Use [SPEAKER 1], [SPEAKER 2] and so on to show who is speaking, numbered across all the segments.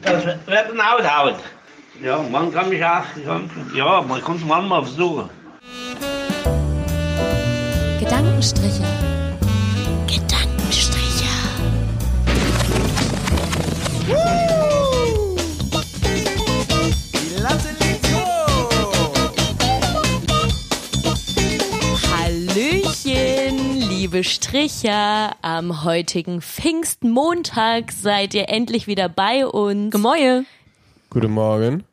[SPEAKER 1] Das wird ein Outhauen.
[SPEAKER 2] Ja, man kann mich auch, ja, man kann es manchmal versuchen.
[SPEAKER 3] Gedankenstriche. Gedankenstriche. Hallöchen, liebe Stricher. Am heutigen Pfingstmontag seid ihr endlich wieder bei uns. Gemäue.
[SPEAKER 4] Guten Morgen.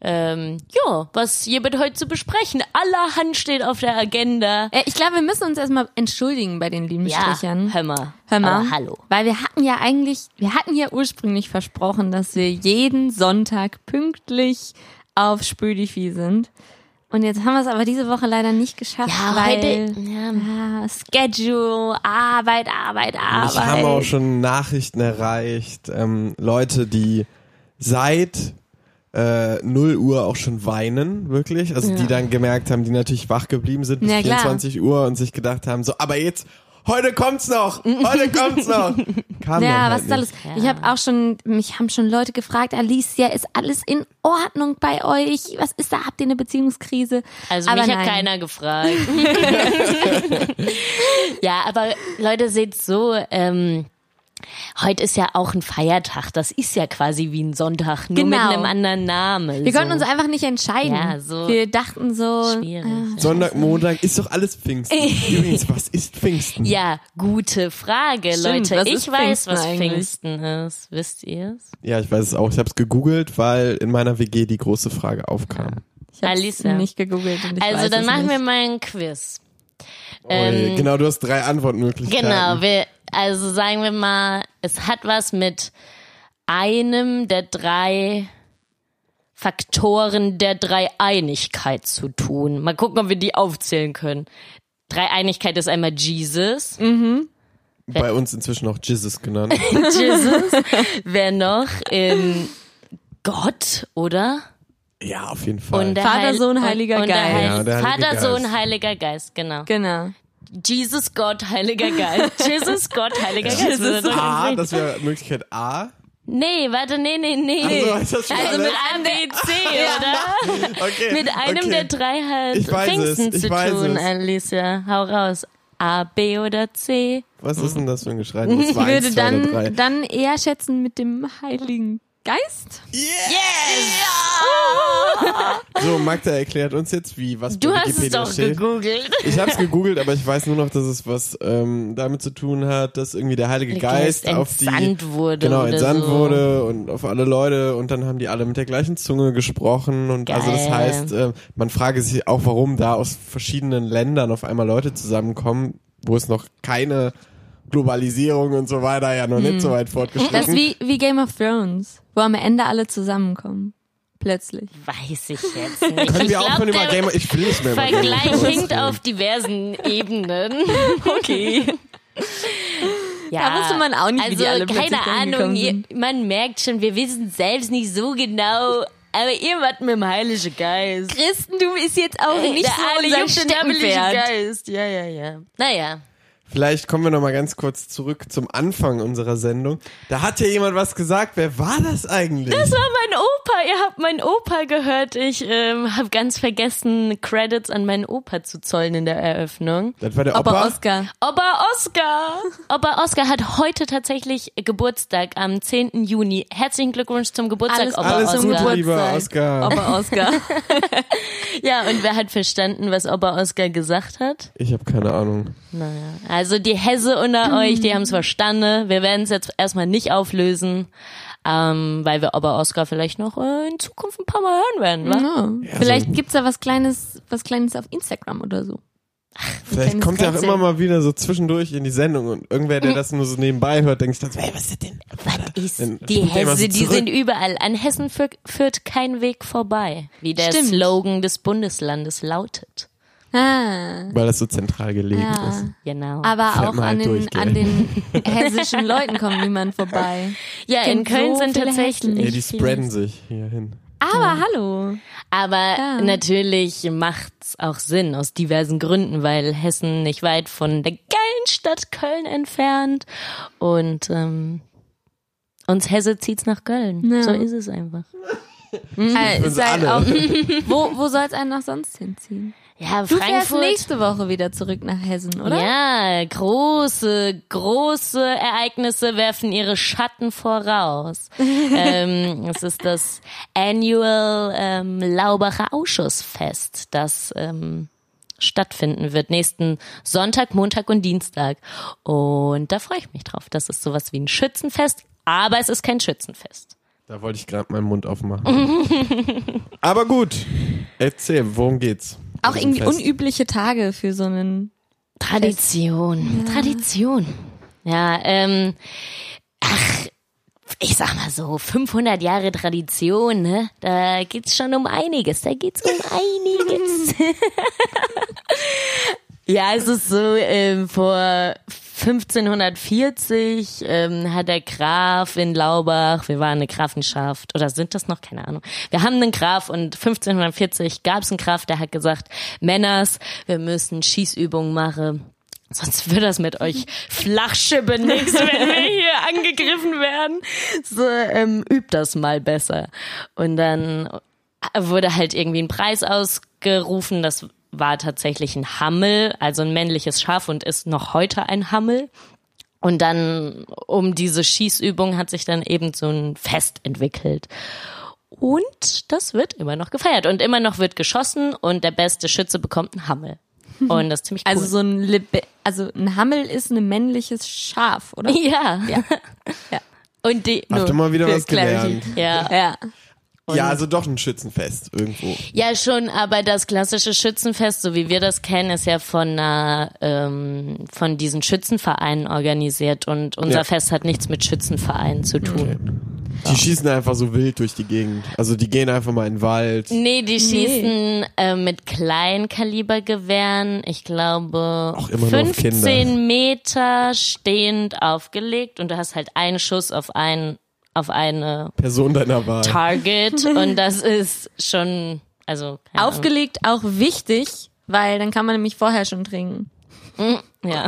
[SPEAKER 3] Ähm, ja, was hier mit heute zu besprechen. Allerhand steht auf der Agenda.
[SPEAKER 5] Äh, Ich glaube, wir müssen uns erstmal entschuldigen bei den lieben
[SPEAKER 3] Ja,
[SPEAKER 5] Strichern.
[SPEAKER 3] hör mal.
[SPEAKER 5] Hör mal.
[SPEAKER 3] Aber hallo.
[SPEAKER 5] Weil wir hatten ja eigentlich, wir hatten ja ursprünglich versprochen, dass wir jeden Sonntag pünktlich auf Spödifi sind. Und jetzt haben wir es aber diese Woche leider nicht geschafft,
[SPEAKER 3] Ja,
[SPEAKER 5] weil
[SPEAKER 3] heute- ja.
[SPEAKER 5] Ah, Schedule, Arbeit, Arbeit, Arbeit.
[SPEAKER 4] Mich haben auch schon Nachrichten erreicht. Ähm, Leute, die seit äh, 0 Uhr auch schon weinen, wirklich. Also die dann gemerkt haben, die natürlich wach geblieben sind bis
[SPEAKER 5] Ja, klar.
[SPEAKER 4] 24 Uhr und sich gedacht haben, so, aber jetzt, heute kommt's noch, heute kommt's noch. Kam dann
[SPEAKER 5] ja,
[SPEAKER 4] halt
[SPEAKER 5] was ist
[SPEAKER 4] nicht.
[SPEAKER 5] alles? Ich habe auch schon, mich haben schon Leute gefragt, Alicia, ist alles in Ordnung bei euch? Was ist da? Habt ihr eine Beziehungskrise?
[SPEAKER 3] Also
[SPEAKER 5] aber
[SPEAKER 3] mich
[SPEAKER 5] nein.
[SPEAKER 3] hat keiner gefragt. ja, aber Leute, seht so, ähm, heute ist ja auch ein Feiertag. Das ist ja quasi wie ein Sonntag, nur
[SPEAKER 5] Genau.
[SPEAKER 3] mit einem anderen Namen.
[SPEAKER 5] Wir
[SPEAKER 3] so.
[SPEAKER 5] konnten uns einfach nicht entscheiden.
[SPEAKER 3] Ja, so
[SPEAKER 5] wir dachten so,
[SPEAKER 3] Schwierig.
[SPEAKER 4] Sonntag,
[SPEAKER 5] ne?
[SPEAKER 4] Montag ist doch alles Pfingsten. Übrigens, was ist Pfingsten?
[SPEAKER 3] Ja, gute Frage,
[SPEAKER 5] Stimmt,
[SPEAKER 3] Leute.
[SPEAKER 5] was
[SPEAKER 3] Ich
[SPEAKER 5] ist
[SPEAKER 3] weiß,
[SPEAKER 5] Pfingsten
[SPEAKER 3] was
[SPEAKER 5] eigentlich?
[SPEAKER 3] Pfingsten ist. Wisst ihr's?
[SPEAKER 4] Ja, ich weiß es auch. Ich habe es gegoogelt, weil in meiner WG die große Frage aufkam.
[SPEAKER 5] Ich hab's
[SPEAKER 3] Alicia.
[SPEAKER 5] nicht gegoogelt. Und ich
[SPEAKER 3] Also
[SPEAKER 5] weiß
[SPEAKER 3] dann
[SPEAKER 5] es
[SPEAKER 3] machen
[SPEAKER 5] nicht.
[SPEAKER 3] wir mal ein Quiz.
[SPEAKER 5] Ähm.
[SPEAKER 4] Ui, genau, du hast drei Antwortmöglichkeiten.
[SPEAKER 3] Genau, wir, also sagen wir mal, es hat was mit einem der drei Faktoren der Dreieinigkeit zu tun. Mal gucken, ob wir die aufzählen können. Dreieinigkeit ist einmal Jesus.
[SPEAKER 4] Bei uns inzwischen auch Jesus genannt.
[SPEAKER 3] Jesus. Wer noch? Ähm, Gott, oder?
[SPEAKER 4] Ja, auf jeden Fall.
[SPEAKER 5] Vater, Sohn, Heiliger
[SPEAKER 3] und der
[SPEAKER 5] Geist.
[SPEAKER 3] Heil-
[SPEAKER 4] Ja, der Heilige
[SPEAKER 3] Vater,
[SPEAKER 4] Geist.
[SPEAKER 3] Sohn, Heiliger Geist, genau.
[SPEAKER 5] Genau.
[SPEAKER 3] Jesus, Gott, Heiliger Geist. Jesus, Gott, Heiliger Geist. Das ist doch
[SPEAKER 4] A,
[SPEAKER 3] ganz
[SPEAKER 4] das wäre Möglichkeit A.
[SPEAKER 3] Nee, warte, nee, nee, nee.
[SPEAKER 4] Also, ist das schon
[SPEAKER 3] also mit
[SPEAKER 4] alles?
[SPEAKER 3] einem der C, oder?
[SPEAKER 4] Okay,
[SPEAKER 3] Mit einem
[SPEAKER 4] okay.
[SPEAKER 3] der drei hat
[SPEAKER 4] Ich weiß es,
[SPEAKER 3] Pfingsten
[SPEAKER 4] ich
[SPEAKER 3] zu
[SPEAKER 4] weiß
[SPEAKER 3] tun,
[SPEAKER 4] es.
[SPEAKER 3] Alicia. Hau raus. A, B oder C?
[SPEAKER 4] Was ist denn das für ein Geschrei? Das
[SPEAKER 5] Ich
[SPEAKER 4] war
[SPEAKER 5] würde
[SPEAKER 4] eins, zwei oder drei.
[SPEAKER 5] Also dann, dann eher schätzen mit dem Heiligen Geist.
[SPEAKER 4] So, Magda erklärt uns jetzt, wie, was
[SPEAKER 3] Du
[SPEAKER 4] bei
[SPEAKER 3] hast es
[SPEAKER 4] Wikipedia
[SPEAKER 3] doch
[SPEAKER 4] steht.
[SPEAKER 3] gegoogelt.
[SPEAKER 4] Ich habe es gegoogelt, aber ich weiß nur noch, dass es was ähm, damit zu tun hat, dass irgendwie der Heilige
[SPEAKER 3] Der Geist
[SPEAKER 4] Geist, auf die
[SPEAKER 3] entsandt wurde
[SPEAKER 4] genau
[SPEAKER 3] oder
[SPEAKER 4] entsandt
[SPEAKER 3] so.
[SPEAKER 4] wurde und auf alle Leute und dann haben die alle mit der gleichen Zunge gesprochen und also das
[SPEAKER 3] Geil.
[SPEAKER 4] heißt, äh, man frage sich auch, warum da aus verschiedenen Ländern auf einmal Leute zusammenkommen, wo es noch keine Globalisierung und so weiter ja noch
[SPEAKER 3] Hm.
[SPEAKER 4] nicht so weit
[SPEAKER 5] Das ist
[SPEAKER 4] fortgeschritten.
[SPEAKER 5] wie, wie Game of Thrones, wo am Ende alle zusammenkommen. Plötzlich.
[SPEAKER 3] Weiß ich jetzt nicht.
[SPEAKER 4] Können
[SPEAKER 3] ich
[SPEAKER 4] wir
[SPEAKER 3] glaub,
[SPEAKER 4] aufhören über
[SPEAKER 3] der
[SPEAKER 4] Game Ich will nicht mehr über Game of
[SPEAKER 3] Vergleich
[SPEAKER 4] Thrones
[SPEAKER 3] hinkt
[SPEAKER 4] reden.
[SPEAKER 3] auf diversen Ebenen. Okay. Ja,
[SPEAKER 5] Da wusste man auch nicht, wie
[SPEAKER 3] also,
[SPEAKER 5] die alle plötzlich
[SPEAKER 3] keine Ahnung,
[SPEAKER 5] reingekommen
[SPEAKER 3] ihr,
[SPEAKER 5] sind.
[SPEAKER 3] man merkt schon, wir wissen selbst nicht so genau, aber ihr wart mit dem Heiligen Geist.
[SPEAKER 5] Christentum ist jetzt auch
[SPEAKER 3] Äh, Der alle jugendliche Geist. Ja, ja, ja. Naja.
[SPEAKER 4] Vielleicht kommen wir noch mal ganz kurz zurück zum Anfang unserer Sendung. Da hat ja jemand was gesagt. Wer war das eigentlich?
[SPEAKER 3] Das war Oh, mein Opa. Ihr habt meinen Opa gehört. Ich ähm, habe ganz vergessen, Credits an meinen Opa zu zollen in der Eröffnung.
[SPEAKER 4] Das war der
[SPEAKER 5] Aber
[SPEAKER 4] Opa.
[SPEAKER 5] Oscar.
[SPEAKER 3] Opa Oskar! Opa Oskar hat heute tatsächlich Geburtstag am 10. Juni. Herzlichen Glückwunsch zum Geburtstag,
[SPEAKER 5] Alles
[SPEAKER 3] Opa
[SPEAKER 4] Alles
[SPEAKER 3] Oskar.
[SPEAKER 4] Gute, lieber Oscar.
[SPEAKER 5] Aber Oscar.
[SPEAKER 3] Ja, und wer hat verstanden, was Opa Oskar gesagt hat?
[SPEAKER 4] Ich habe keine Ahnung.
[SPEAKER 3] Also die Hesse
[SPEAKER 5] Mhm.
[SPEAKER 3] unter euch, die haben es verstanden. Wir werden es jetzt erstmal nicht auflösen, ähm, weil wir Opa Oskar vielleicht noch äh, in Zukunft ein paar Mal hören werden.
[SPEAKER 5] Mhm.
[SPEAKER 3] wa?
[SPEAKER 5] Vielleicht gibt's da was Kleines, was Kleines auf Instagram oder so.
[SPEAKER 4] Vielleicht
[SPEAKER 5] kleines
[SPEAKER 4] kommt er auch
[SPEAKER 5] Rätsel.
[SPEAKER 4] immer mal wieder so zwischendurch in die Sendung und irgendwer, der das nur so nebenbei hört, denkt sich dann, so, hey, was ist das denn?
[SPEAKER 3] Mhm. Ist,
[SPEAKER 4] Dann
[SPEAKER 3] die
[SPEAKER 4] springt er immer so
[SPEAKER 3] Hesse, die
[SPEAKER 4] zurück.
[SPEAKER 3] sind überall. An Hessen führ- führt kein Weg vorbei, wie der
[SPEAKER 5] Stimmt.
[SPEAKER 3] Slogan des Bundeslandes lautet.
[SPEAKER 5] Ah.
[SPEAKER 4] Weil das so zentral gelegen
[SPEAKER 5] Ja.
[SPEAKER 4] ist.
[SPEAKER 3] Genau.
[SPEAKER 5] Aber
[SPEAKER 4] Fährt
[SPEAKER 5] auch
[SPEAKER 4] man
[SPEAKER 5] an
[SPEAKER 4] halt
[SPEAKER 5] den,
[SPEAKER 4] durch, gell?
[SPEAKER 5] an den hessischen Leuten kommt niemand vorbei.
[SPEAKER 3] Ja, in
[SPEAKER 5] kenn
[SPEAKER 3] Köln
[SPEAKER 5] so
[SPEAKER 3] sind
[SPEAKER 5] viele
[SPEAKER 3] tatsächlich.
[SPEAKER 5] Hessen.
[SPEAKER 4] Ja, die spreaden sich hierhin.
[SPEAKER 5] Aber hallo.
[SPEAKER 3] Aber natürlich macht's auch Sinn aus diversen Gründen, weil Hessen nicht weit von der geilen Stadt Köln entfernt und ähm, Uns Hesse zieht's nach Köln.
[SPEAKER 5] Ja.
[SPEAKER 3] So ist es einfach.
[SPEAKER 5] Äh,
[SPEAKER 4] Hm? Für
[SPEAKER 5] ist
[SPEAKER 4] uns
[SPEAKER 5] halt
[SPEAKER 4] alle.
[SPEAKER 5] auch, wo wo soll es einen noch sonst hinziehen?
[SPEAKER 3] Ja,
[SPEAKER 5] Du fährst
[SPEAKER 3] Frankfurt.
[SPEAKER 5] nächste Woche wieder zurück nach Hessen, oder?
[SPEAKER 3] Ja, große, große Ereignisse werfen ihre Schatten voraus. ähm, es ist das Annual ähm, Laubacher Ausschussfest, das ähm, stattfinden wird nächsten Sonntag, Montag und Dienstag. Und da freue ich mich drauf. Das ist sowas wie ein Schützenfest, aber es ist kein Schützenfest.
[SPEAKER 4] Da wollte ich gerade meinen Mund aufmachen. Aber gut, erzähl, worum geht's? Also
[SPEAKER 5] Auch irgendwie
[SPEAKER 4] Fest.
[SPEAKER 5] unübliche Tage für so einen.
[SPEAKER 3] Tradition, Tradition. Ja, ähm, ach, ich sag mal so, 500 Jahre Tradition, ne? Da geht's schon um einiges, da geht's um einiges. ja, es ist so, ähm, vor 1540 ähm, hat der Graf in Laubach, wir waren eine Grafenschaft, oder sind das noch, keine Ahnung. Wir haben einen Graf und 1540 gab's einen Graf, der hat gesagt, Männers, wir müssen Schießübungen machen. Sonst wird das mit euch Flachschippe nix, wenn wir hier angegriffen werden. So, ähm, übt das mal besser. Und dann wurde halt irgendwie ein Preis ausgerufen. Das war tatsächlich ein Hammel, also ein männliches Schaf und ist noch heute ein Hammel. Und dann um diese Schießübung hat sich dann eben so ein Fest entwickelt. Und das wird immer noch gefeiert und immer noch wird geschossen und der beste Schütze bekommt einen Hammel. Und das ist ziemlich cool.
[SPEAKER 5] Also so ein Lebe also ein Hammel ist ein männliches Schaf, oder?
[SPEAKER 3] Ja. ja. Und die.
[SPEAKER 4] Habt ihr mal wieder
[SPEAKER 5] Für
[SPEAKER 4] was
[SPEAKER 5] Clarity.
[SPEAKER 4] gelernt?
[SPEAKER 3] Ja.
[SPEAKER 5] Ja.
[SPEAKER 4] Ja, also doch ein Schützenfest irgendwo.
[SPEAKER 3] ja, schon, aber das klassische Schützenfest, so wie wir das kennen, ist ja von, einer, ähm, von diesen Schützenvereinen organisiert und unser
[SPEAKER 4] Ja.
[SPEAKER 3] Fest hat nichts mit Schützenvereinen zu tun.
[SPEAKER 4] Die schießen einfach so wild durch die Gegend. Also die gehen einfach mal in den Wald.
[SPEAKER 5] Mhm.
[SPEAKER 3] Nee, die schießen äh, mit Kleinkalibergewehren, ich glaube,
[SPEAKER 4] Auch immer nur auf
[SPEAKER 3] 15 Meter stehend aufgelegt und du hast halt einen Schuss auf, ein, auf eine
[SPEAKER 4] Person deiner Wahl.
[SPEAKER 3] Target und das ist schon, also keine Ahnung.
[SPEAKER 5] Aufgelegt auch wichtig, weil dann kann man nämlich vorher schon trinken.
[SPEAKER 3] Ja,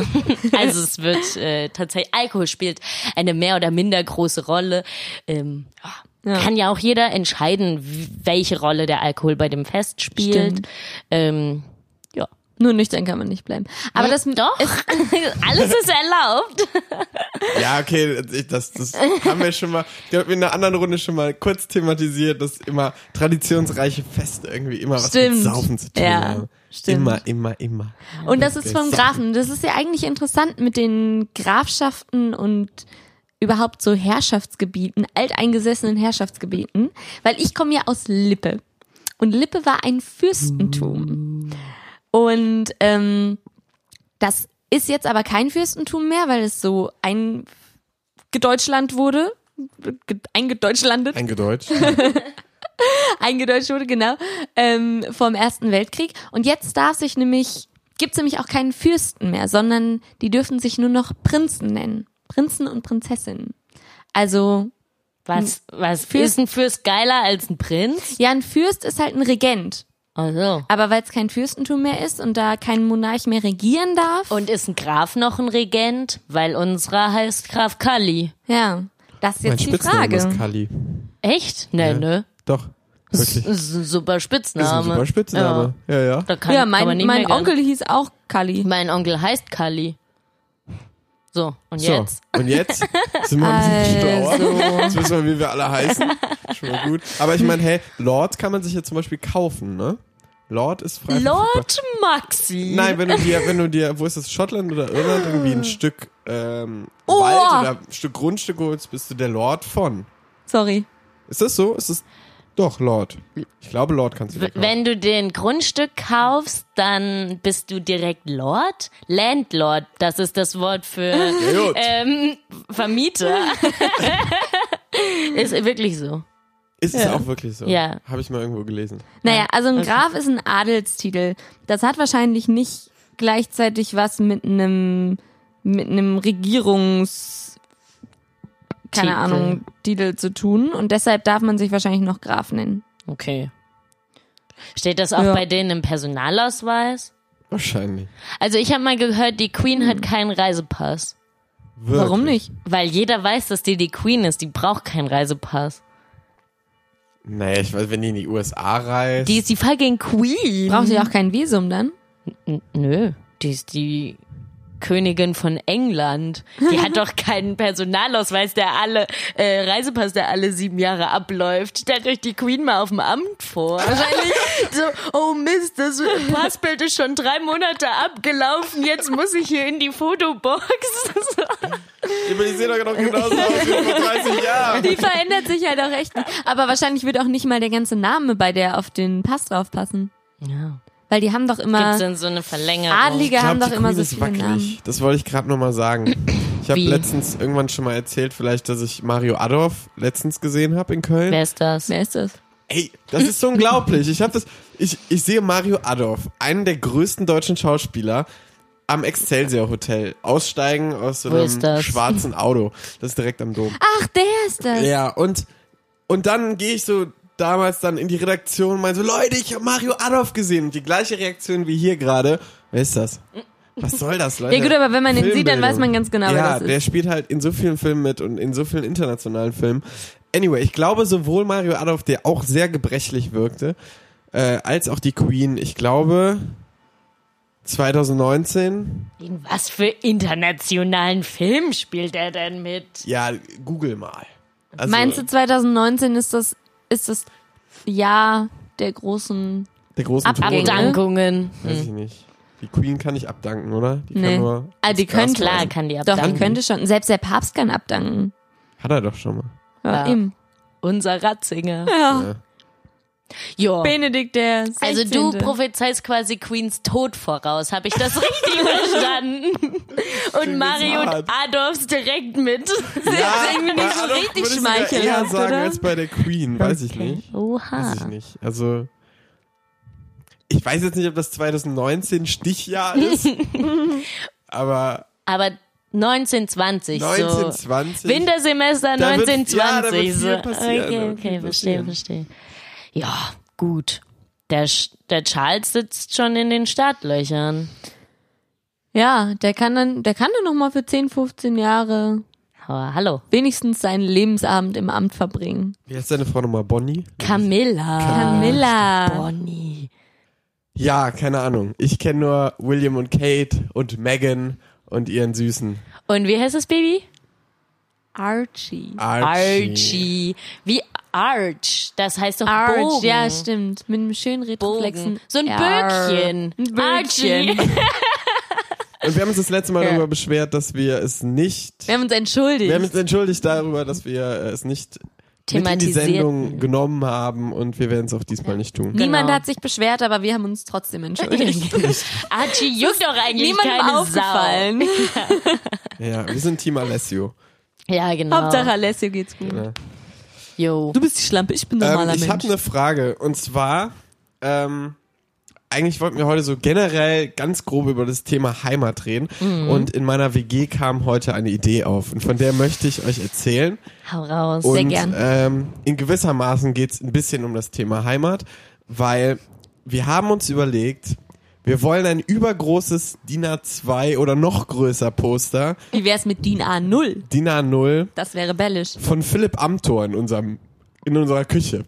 [SPEAKER 3] also es wird äh, tatsächlich, Alkohol spielt eine mehr oder minder große Rolle. Ähm,
[SPEAKER 5] Ja.
[SPEAKER 3] Kann ja auch jeder entscheiden, w- welche Rolle der Alkohol bei dem Fest spielt.
[SPEAKER 5] Stimmt.
[SPEAKER 3] Ähm, ja.
[SPEAKER 5] Nur nüchtern kann man nicht bleiben. Aber das
[SPEAKER 3] Doch, alles ist erlaubt.
[SPEAKER 4] Ja, okay, ich- das, das haben wir schon mal, ich glaube, in einer anderen Runde schon mal kurz thematisiert, dass immer traditionsreiche Feste irgendwie immer was
[SPEAKER 5] Stimmt.
[SPEAKER 4] mit Saufen zu tun
[SPEAKER 5] Ja,
[SPEAKER 4] haben.
[SPEAKER 5] stimmt.
[SPEAKER 4] Immer, immer, immer.
[SPEAKER 5] Und das ist
[SPEAKER 4] Okay.
[SPEAKER 5] vom Grafen. Das ist ja eigentlich interessant mit den Grafschaften und überhaupt so Herrschaftsgebieten, alteingesessenen Herrschaftsgebieten, weil ich komme ja aus Lippe. Und Lippe war ein Fürstentum. Und ähm, das ist jetzt aber kein Fürstentum mehr, weil es so eingedeutschland wurde. ge- Eingedeutschlandet
[SPEAKER 4] Eingedeutscht.
[SPEAKER 5] eingedeutscht wurde, genau, ähm, vom Ersten Weltkrieg. Und jetzt darf sich nämlich, gibt's nämlich auch keinen Fürsten mehr, sondern die dürfen sich nur noch Prinzen nennen. Prinzen und Prinzessinnen. Also,
[SPEAKER 3] Was, was
[SPEAKER 5] Fürst-
[SPEAKER 3] ist ein Fürst geiler als ein Prinz?
[SPEAKER 5] ja, ein Fürst ist halt ein Regent.
[SPEAKER 3] Also.
[SPEAKER 5] Aber weil es kein Fürstentum mehr ist und da kein Monarch mehr regieren darf,
[SPEAKER 3] Und ist ein Graf noch ein Regent? Weil unserer heißt Graf Kalli.
[SPEAKER 5] ja, das ist
[SPEAKER 4] mein
[SPEAKER 5] jetzt die
[SPEAKER 4] Spitzname
[SPEAKER 5] Frage.
[SPEAKER 4] ist Kali.
[SPEAKER 3] Echt? Nee, nö.
[SPEAKER 4] Doch,
[SPEAKER 3] Das
[SPEAKER 4] wirklich.
[SPEAKER 3] ist ein super Spitzname.
[SPEAKER 4] Ist ein super Spitzname. Ja, ja.
[SPEAKER 3] Da kann,
[SPEAKER 5] Ja,
[SPEAKER 3] kann man
[SPEAKER 5] mein,
[SPEAKER 3] nicht
[SPEAKER 5] mein
[SPEAKER 3] meckern.
[SPEAKER 5] Onkel hieß auch Kali.
[SPEAKER 3] Mein Onkel heißt Kali. So, und
[SPEAKER 4] So,
[SPEAKER 3] jetzt? Also.
[SPEAKER 4] und jetzt sind wir ein bisschen schlauer. Jetzt wissen wir, wie wir alle heißen. Schon mal gut. Aber ich meine, hey, Lord kann man sich ja zum Beispiel kaufen, ne? Lord ist frei verfügbar.
[SPEAKER 3] Lord Maxi.
[SPEAKER 4] Nein, wenn du dir, wenn du dir, wo ist das, Schottland oder Irland, irgendwie
[SPEAKER 3] Ah.
[SPEAKER 4] ein Stück ähm,
[SPEAKER 5] Oh.
[SPEAKER 4] Wald oder ein Stück Grundstück holst, bist du der Lord von.
[SPEAKER 5] Sorry.
[SPEAKER 4] Ist das so? Ist das doch Lord? Ich glaube, Lord kannst du dir
[SPEAKER 3] W-
[SPEAKER 4] kaufen.
[SPEAKER 3] Wenn du dir ein Grundstück kaufst, dann bist du direkt Lord? Landlord, das ist das Wort für
[SPEAKER 4] Ja, gut.
[SPEAKER 3] ähm, Vermieter. ist wirklich so.
[SPEAKER 4] ist es auch wirklich so?
[SPEAKER 3] Ja.
[SPEAKER 4] Habe ich mal irgendwo gelesen.
[SPEAKER 5] Naja, also ein Graf ist ein Adelstitel. Das hat wahrscheinlich nicht gleichzeitig was mit einem mit einem Regierungs keine
[SPEAKER 3] Titel.
[SPEAKER 5] Ahnung Titel zu tun und deshalb darf man sich wahrscheinlich noch Graf nennen.
[SPEAKER 3] Okay. Steht das auch
[SPEAKER 5] Ja.
[SPEAKER 3] bei denen im Personalausweis?
[SPEAKER 4] Wahrscheinlich.
[SPEAKER 3] Hm. Also ich habe mal gehört, die Queen hat keinen Reisepass.
[SPEAKER 4] Wirklich.
[SPEAKER 5] Warum nicht?
[SPEAKER 3] Weil jeder weiß, dass die die Queen ist. Die braucht keinen Reisepass.
[SPEAKER 4] Nee, ich weiß, wenn die in die USA reist.
[SPEAKER 3] Die ist die fucking Queen.
[SPEAKER 5] Braucht ihr auch kein Visum dann?
[SPEAKER 3] N- Nö, die ist die Königin von England. Die hat doch keinen Personalausweis, der alle, äh, Reisepass, der alle sieben Jahre abläuft. Stellt euch die Queen mal auf dem Amt vor. Wahrscheinlich so, oh Mist, das Passbild ist schon drei Monate abgelaufen, jetzt muss ich hier in die Fotobox. So.
[SPEAKER 4] Aber die sehen doch noch genauso aus wie vor 30 Jahren.
[SPEAKER 5] Die verändert sich halt auch echt. nicht. Aber wahrscheinlich wird auch nicht mal der ganze Name bei der auf den Pass drauf passen.
[SPEAKER 3] Ja.
[SPEAKER 5] Weil die haben doch
[SPEAKER 3] Gibt's
[SPEAKER 5] immer.
[SPEAKER 3] denn so eine Verlängerung?
[SPEAKER 5] Adlige
[SPEAKER 4] Ich glaub,
[SPEAKER 5] haben doch
[SPEAKER 4] die
[SPEAKER 5] immer
[SPEAKER 4] Queen
[SPEAKER 5] so
[SPEAKER 4] ist
[SPEAKER 5] viele Namen.
[SPEAKER 4] wackelig. Das wollte ich gerade nochmal sagen. Ich habe
[SPEAKER 3] Wie?
[SPEAKER 4] letztens irgendwann schon mal erzählt, vielleicht, dass ich Mario Adorf letztens gesehen habe in Köln.
[SPEAKER 3] Wer ist das?
[SPEAKER 5] Wer ist das?
[SPEAKER 4] Ey, das ist so unglaublich. Ich habe das. Ich, ich sehe Mario Adorf, einen der größten deutschen Schauspieler, am Excelsior Hotel aussteigen aus so
[SPEAKER 3] Wo ist
[SPEAKER 4] einem
[SPEAKER 3] das?
[SPEAKER 4] schwarzen Auto. Das ist direkt am Dom.
[SPEAKER 5] Ach, der ist das.
[SPEAKER 4] Ja, und, und dann gehe ich so damals dann in die Redaktion und meine so, Leute, ich habe Mario Adolf gesehen. Und die gleiche Reaktion wie hier gerade. Wer ist das? Was soll das, Leute?
[SPEAKER 5] Ja, gut, aber wenn man den sieht, dann
[SPEAKER 4] Filmbildung.
[SPEAKER 5] weiß man ganz genau,
[SPEAKER 4] ja,
[SPEAKER 5] wer das ist.
[SPEAKER 4] der spielt halt in so vielen Filmen mit und in so vielen internationalen Filmen. Anyway, ich glaube, sowohl Mario Adolf, der auch sehr gebrechlich wirkte, äh, als auch die Queen, ich glaube, 2019.
[SPEAKER 3] In was für internationalen Film spielt er denn mit?
[SPEAKER 4] Ja, google mal. Also,
[SPEAKER 5] Meinst du, 2019 ist das, ist das Jahr der großen.
[SPEAKER 4] der großen ne?
[SPEAKER 5] Abgang?
[SPEAKER 4] Tode?
[SPEAKER 3] Abdankungen.
[SPEAKER 4] Weiß ich nicht. Die Queen kann nicht abdanken, oder? Die
[SPEAKER 5] Hm. Nee.
[SPEAKER 4] kann nur.
[SPEAKER 5] Ah, die
[SPEAKER 4] ins Gras
[SPEAKER 5] können
[SPEAKER 3] Klar
[SPEAKER 4] weisen.
[SPEAKER 3] kann die
[SPEAKER 5] Doch,
[SPEAKER 3] abdanken.
[SPEAKER 5] man könnte schon. Selbst der Papst kann abdanken.
[SPEAKER 4] Hat er doch schon mal.
[SPEAKER 5] Ja,
[SPEAKER 3] Ja.
[SPEAKER 5] eben.
[SPEAKER 3] Unser Ratzinger.
[SPEAKER 5] Ja.
[SPEAKER 3] Ja.
[SPEAKER 5] Benedikt der 16.
[SPEAKER 3] Also du prophezeist quasi Queens Tod voraus. Habe ich das richtig verstanden? Und Mario
[SPEAKER 4] hart.
[SPEAKER 3] und Adolfs direkt mit.
[SPEAKER 4] Ja,
[SPEAKER 5] irgendwie
[SPEAKER 4] bei
[SPEAKER 5] nicht so
[SPEAKER 4] Adolf
[SPEAKER 5] richtig
[SPEAKER 4] würde ich sogar eher
[SPEAKER 5] schmeichelhaft,
[SPEAKER 4] sagen
[SPEAKER 5] oder? Ah.
[SPEAKER 4] als bei der Queen, weiß ich nicht. Weiß ich
[SPEAKER 3] Oha.
[SPEAKER 4] nicht. Also. Ich weiß jetzt nicht, ob das 2019 Stichjahr ist. aber
[SPEAKER 3] Aber 1920 so.
[SPEAKER 4] 1920.
[SPEAKER 3] Wintersemester
[SPEAKER 4] Da wird-
[SPEAKER 3] 1920.
[SPEAKER 4] ja, da wird viel
[SPEAKER 3] so.
[SPEAKER 4] passieren, da
[SPEAKER 3] Okay,
[SPEAKER 4] wird viel
[SPEAKER 3] okay, verstehe,
[SPEAKER 4] passieren.
[SPEAKER 3] verstehe. Ja, gut. Der, Sch- der Charles sitzt schon in den Startlöchern.
[SPEAKER 5] Ja, der kann dann, der kann dann nochmal für 10, 15 Jahre
[SPEAKER 3] Aber hallo.
[SPEAKER 5] wenigstens seinen Lebensabend im Amt verbringen.
[SPEAKER 4] Wie heißt deine Frau nochmal? Bonnie?
[SPEAKER 3] Camilla.
[SPEAKER 5] Camilla.
[SPEAKER 3] Bonnie.
[SPEAKER 4] Ja, keine Ahnung. Ich kenne nur William und Kate und Megan und ihren süßen
[SPEAKER 3] Und wie heißt das Baby?
[SPEAKER 5] Archie.
[SPEAKER 4] Archie.
[SPEAKER 3] Archie. Wie Arch. Das heißt doch
[SPEAKER 5] Arch,
[SPEAKER 3] Bogen.
[SPEAKER 5] ja, stimmt. Mit einem schönen
[SPEAKER 3] Bogen.
[SPEAKER 5] Retroflexen.
[SPEAKER 3] So ein
[SPEAKER 5] Arr.
[SPEAKER 3] Böckchen.
[SPEAKER 5] Ein Böckchen.
[SPEAKER 3] Archie.
[SPEAKER 4] Und wir haben uns das letzte Mal
[SPEAKER 3] Ja.
[SPEAKER 4] darüber beschwert, dass wir es nicht.
[SPEAKER 5] Wir haben uns entschuldigt.
[SPEAKER 4] Wir haben uns entschuldigt darüber, dass wir äh, es nicht mit in die
[SPEAKER 3] Thematisierten.
[SPEAKER 4] Sendung genommen haben und wir werden es auch diesmal nicht tun.
[SPEAKER 5] Niemand
[SPEAKER 3] Genau.
[SPEAKER 5] hat sich beschwert, aber wir haben uns trotzdem entschuldigt.
[SPEAKER 3] Archie juckt doch eigentlich
[SPEAKER 5] Niemandem
[SPEAKER 3] keine
[SPEAKER 5] aufgefallen.
[SPEAKER 4] Ja, wir sind Team Alessio.
[SPEAKER 3] Sau. Ja, genau.
[SPEAKER 5] Hauptsache Alessio geht's gut.
[SPEAKER 3] Jo.
[SPEAKER 5] Du bist die Schlampe, ich bin
[SPEAKER 4] Ähm,
[SPEAKER 5] normaler
[SPEAKER 4] ich
[SPEAKER 5] Mensch.
[SPEAKER 4] habe eine Frage und zwar ähm, eigentlich wollten wir heute so generell ganz grob über das Thema Heimat reden
[SPEAKER 5] Mhm.
[SPEAKER 4] und in meiner WG kam heute eine Idee auf und von der möchte ich euch erzählen
[SPEAKER 3] Hau raus.
[SPEAKER 4] und
[SPEAKER 3] Sehr
[SPEAKER 5] gern.
[SPEAKER 4] Ähm, in gewissermaßen geht es ein bisschen um das Thema Heimat, weil wir haben uns überlegt, wir wollen ein übergroßes DIN A2 oder noch größer Poster,
[SPEAKER 5] Wie wär's mit DIN A0?
[SPEAKER 4] DIN A0
[SPEAKER 5] Das wäre bellisch.
[SPEAKER 4] von Philipp Amthor in unserem in unserer Küche.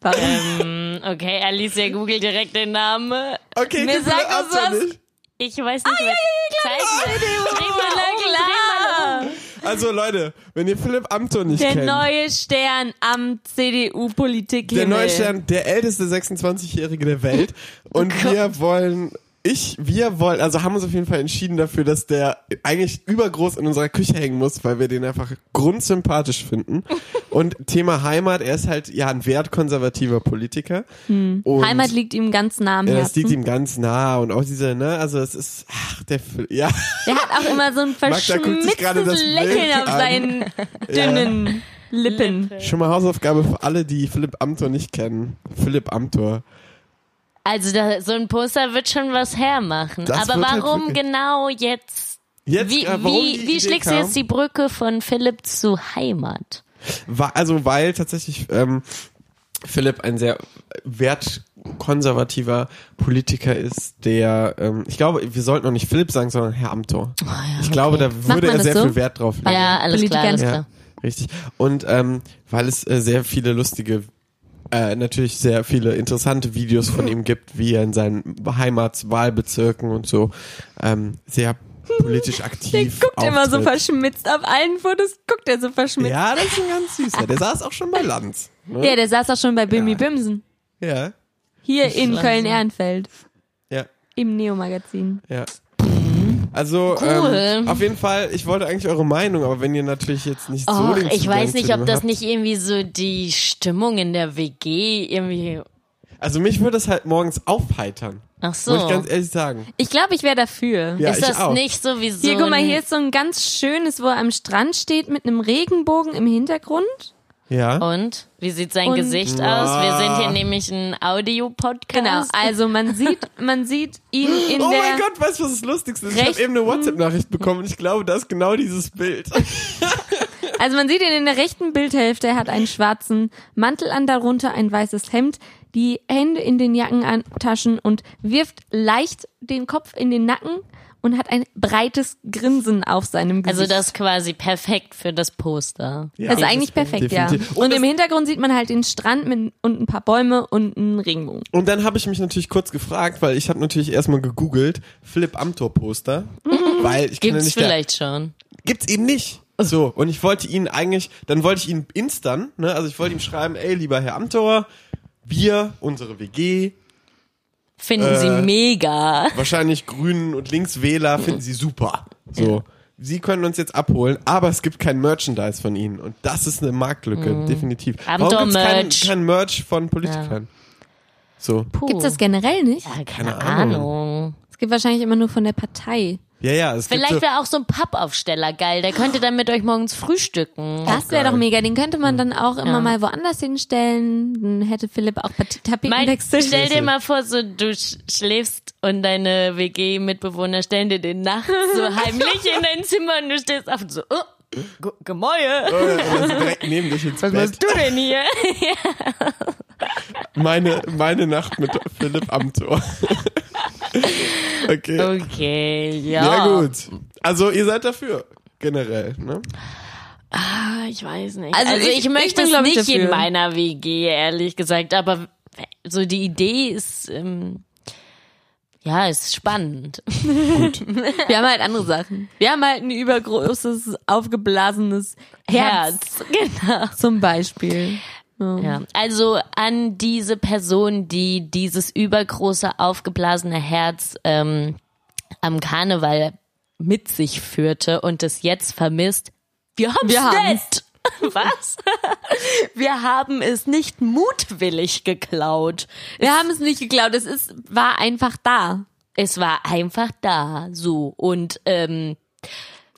[SPEAKER 5] Warum?
[SPEAKER 3] Ähm, okay, Alicia googelt direkt den Namen.
[SPEAKER 4] Okay,
[SPEAKER 5] Mir
[SPEAKER 4] den Philipp
[SPEAKER 5] sagt uns
[SPEAKER 4] Amthor
[SPEAKER 5] was.
[SPEAKER 4] nicht.
[SPEAKER 3] Ich weiß nicht, wer... Zeig mir. Dreh mal um, dreh mal um.
[SPEAKER 4] Also Leute, wenn ihr Philipp Amthor nicht
[SPEAKER 5] Der
[SPEAKER 4] kennt,
[SPEAKER 5] neue Stern am CDU-Politik.
[SPEAKER 4] der Neustern, der älteste 26-Jährige der Welt.
[SPEAKER 3] Oh
[SPEAKER 4] Und wir wollen, ich, wir wollen, also haben uns auf jeden Fall entschieden dafür, dass der eigentlich übergroß in unserer Küche hängen muss, weil wir den einfach grundsympathisch finden. Und Thema Heimat, er ist halt ja ein wertkonservativer Politiker.
[SPEAKER 3] Hm.
[SPEAKER 4] Und
[SPEAKER 5] Heimat liegt ihm ganz nah am
[SPEAKER 4] ja, das
[SPEAKER 5] Herzen.
[SPEAKER 4] liegt ihm ganz nah und auch diese, ne, also es ist, ach, der, Phil- ja,
[SPEAKER 5] Der hat auch immer so ein
[SPEAKER 4] Magda guckt sich
[SPEAKER 5] verschmitztes
[SPEAKER 4] gerade das Bild
[SPEAKER 5] Lächeln auf
[SPEAKER 4] an.
[SPEAKER 5] seinen dünnen Lippen.
[SPEAKER 4] schon mal Hausaufgabe für alle, die Philipp Amthor nicht kennen. Philipp Amthor.
[SPEAKER 3] Also da, so ein Poster wird schon was hermachen.
[SPEAKER 4] Das
[SPEAKER 3] Aber
[SPEAKER 4] wird halt
[SPEAKER 3] warum
[SPEAKER 4] wirklich-
[SPEAKER 3] genau jetzt?
[SPEAKER 4] Jetzt,
[SPEAKER 3] Wie,
[SPEAKER 4] äh, warum die
[SPEAKER 3] wie, wie
[SPEAKER 4] Idee
[SPEAKER 3] schlägst
[SPEAKER 4] kam?
[SPEAKER 3] du jetzt die Brücke von Philipp zu Heimat?
[SPEAKER 4] Wa- also weil tatsächlich ähm, Philipp ein sehr wert konservativer Politiker ist, der, ähm, ich glaube, wir sollten noch nicht Philipp sagen, sondern Herr Amthor.
[SPEAKER 5] Ah,
[SPEAKER 4] ich glaube, da würde
[SPEAKER 5] man
[SPEAKER 4] er
[SPEAKER 5] das
[SPEAKER 4] sehr
[SPEAKER 5] so?
[SPEAKER 4] viel Wert drauf legen.
[SPEAKER 3] Ja, alles klar,
[SPEAKER 5] Politikern.
[SPEAKER 3] alles
[SPEAKER 4] Ja,
[SPEAKER 3] klar.
[SPEAKER 4] richtig. Und ähm, weil es äh, sehr viele lustige, äh, natürlich sehr viele interessante Videos von ihm gibt, wie er in seinen Heimatswahlbezirken und so ähm, sehr politisch aktiv
[SPEAKER 5] Der guckt immer so
[SPEAKER 4] auftritt.
[SPEAKER 5] verschmitzt. Auf allen Fotos guckt er so verschmitzt. Ja,
[SPEAKER 4] Ja, das ist ein ganz süßer. Der saß auch schon bei Lanz. Ne?
[SPEAKER 5] der saß auch schon bei Bimmi Bimsen.
[SPEAKER 4] Ja,
[SPEAKER 5] Hier in
[SPEAKER 3] Wahnsinn.
[SPEAKER 5] Köln-Ehrenfeld.
[SPEAKER 4] ja,
[SPEAKER 5] Im Neo-Magazin.
[SPEAKER 4] ja. Also
[SPEAKER 3] Mhm. Cool.
[SPEAKER 4] ähm, auf jeden Fall, ich wollte eigentlich eure Meinung, aber wenn ihr natürlich jetzt nicht so
[SPEAKER 3] Och,
[SPEAKER 4] den
[SPEAKER 3] ich
[SPEAKER 4] Zugang
[SPEAKER 3] weiß
[SPEAKER 4] zu
[SPEAKER 3] nicht, ob
[SPEAKER 4] dem
[SPEAKER 3] das
[SPEAKER 4] habt.
[SPEAKER 3] nicht irgendwie so die Stimmung in der WG irgendwie.
[SPEAKER 4] Also mich würde das halt morgens aufheitern.
[SPEAKER 3] Ach so.
[SPEAKER 4] Muss ich ganz ehrlich sagen.
[SPEAKER 5] Ich glaube, ich wäre dafür.
[SPEAKER 4] Ja,
[SPEAKER 3] ist
[SPEAKER 4] ich
[SPEAKER 3] das
[SPEAKER 4] auch.
[SPEAKER 3] nicht sowieso?
[SPEAKER 5] Hier, guck mal,
[SPEAKER 3] ein-
[SPEAKER 5] hier ist so ein ganz schönes, wo er am Strand steht mit einem Regenbogen im Hintergrund.
[SPEAKER 4] Ja.
[SPEAKER 3] Und? Wie sieht sein
[SPEAKER 5] Und-
[SPEAKER 3] Gesicht aus? Wir sind hier nämlich ein
[SPEAKER 5] Genau.
[SPEAKER 3] Audio-Podcast.
[SPEAKER 5] Also man sieht, man sieht ihn in
[SPEAKER 4] Oh
[SPEAKER 5] der.
[SPEAKER 4] mein Gott, weißt du, was das Lustigste ist? Ich
[SPEAKER 5] Rechten-
[SPEAKER 4] habe eben
[SPEAKER 3] Mhm.
[SPEAKER 4] eine WhatsApp-Nachricht bekommen und ich glaube, da ist genau dieses Bild.
[SPEAKER 5] Also man sieht ihn in der rechten Bildhälfte, er hat einen schwarzen Mantel an, darunter ein weißes Hemd, die Hände in den Jackentaschen und wirft leicht den Kopf in den Nacken und hat ein breites Grinsen auf seinem Gesicht.
[SPEAKER 3] Also das ist quasi perfekt für das Poster.
[SPEAKER 4] Ja.
[SPEAKER 5] das ist eigentlich perfekt,
[SPEAKER 4] Definitiv.
[SPEAKER 5] ja. Und im Hintergrund sieht man halt den Strand mit, und ein paar Bäume und einen Regenbogen.
[SPEAKER 4] Und dann habe ich mich natürlich kurz gefragt, weil ich habe natürlich erstmal gegoogelt, Philipp Amthor Poster, weil ich kann ja
[SPEAKER 3] Mhm. Gibt's
[SPEAKER 4] nicht
[SPEAKER 3] vielleicht schon.
[SPEAKER 4] Da, gibt's eben nicht. So, und ich wollte ihn eigentlich, dann wollte ich ihn instern, ne? Also ich wollte ihm schreiben, ey, lieber Herr Amthor, wir, unsere WG,
[SPEAKER 3] Finden
[SPEAKER 4] Äh,
[SPEAKER 3] sie mega.
[SPEAKER 4] wahrscheinlich Grünen und Linkswähler finden sie super. So. Sie können uns jetzt abholen, aber es gibt kein Merchandise von ihnen. Und das ist eine Marktlücke, definitiv.
[SPEAKER 3] Abendor
[SPEAKER 4] Warum gibt's kein,
[SPEAKER 3] Mhm. Merch.
[SPEAKER 4] kein Merch von Politikern? So.
[SPEAKER 3] Puh.
[SPEAKER 5] Gibt's das generell nicht?
[SPEAKER 3] Ja, keine,
[SPEAKER 4] Keine
[SPEAKER 3] Ahnung.
[SPEAKER 4] Ahnung.
[SPEAKER 5] Es gibt wahrscheinlich immer nur von der Partei.
[SPEAKER 4] Ja, ja, es
[SPEAKER 3] Vielleicht
[SPEAKER 4] gibt so,
[SPEAKER 3] wäre auch so ein Pappaufsteller geil. Der könnte dann mit euch morgens frühstücken.
[SPEAKER 5] Das wäre doch mega. Den könnte man dann auch immer mal woanders hinstellen. Dann hätte Philipp auch Pat-
[SPEAKER 3] Mein,
[SPEAKER 5] Tapetenwechsel.
[SPEAKER 3] stell dir mal vor, so du sch- schläfst und deine WG-Mitbewohner stellen dir den nachts so heimlich in dein Zimmer und du stehst auf und so, oh, G- Gemäue,
[SPEAKER 4] äh, äh, direkt neben dich ins
[SPEAKER 3] was machst
[SPEAKER 4] Bett.
[SPEAKER 3] du denn hier?
[SPEAKER 4] Meine, meine Nacht mit Philipp Amthor. okay.
[SPEAKER 3] Okay, ja.
[SPEAKER 4] Ja, gut. Also, ihr seid dafür. Generell, ne?
[SPEAKER 3] Ah, Ich weiß nicht.
[SPEAKER 5] Also
[SPEAKER 3] Also,
[SPEAKER 5] ich-
[SPEAKER 3] ich,
[SPEAKER 5] ich
[SPEAKER 3] möchte
[SPEAKER 5] bin,
[SPEAKER 3] es
[SPEAKER 5] glaub ich,
[SPEAKER 3] nicht in
[SPEAKER 5] dafür.
[SPEAKER 3] meiner WG, ehrlich gesagt, aber so die Idee ist, ähm, ja, ist spannend.
[SPEAKER 5] Wir haben halt andere Sachen. Wir haben halt ein übergroßes, aufgeblasenes Herz,
[SPEAKER 3] Herz, genau.
[SPEAKER 5] zum Beispiel.
[SPEAKER 3] Ja. Also an diese Person, die dieses übergroße, aufgeblasene Herz ähm, am Karneval mit sich führte und es jetzt vermisst, wir haben's
[SPEAKER 5] Wir haben's.
[SPEAKER 3] nicht. Was? Wir haben es nicht mutwillig geklaut.
[SPEAKER 5] Wir haben es nicht geklaut, es ist, war einfach da.
[SPEAKER 3] Es war einfach da, so. Und ähm,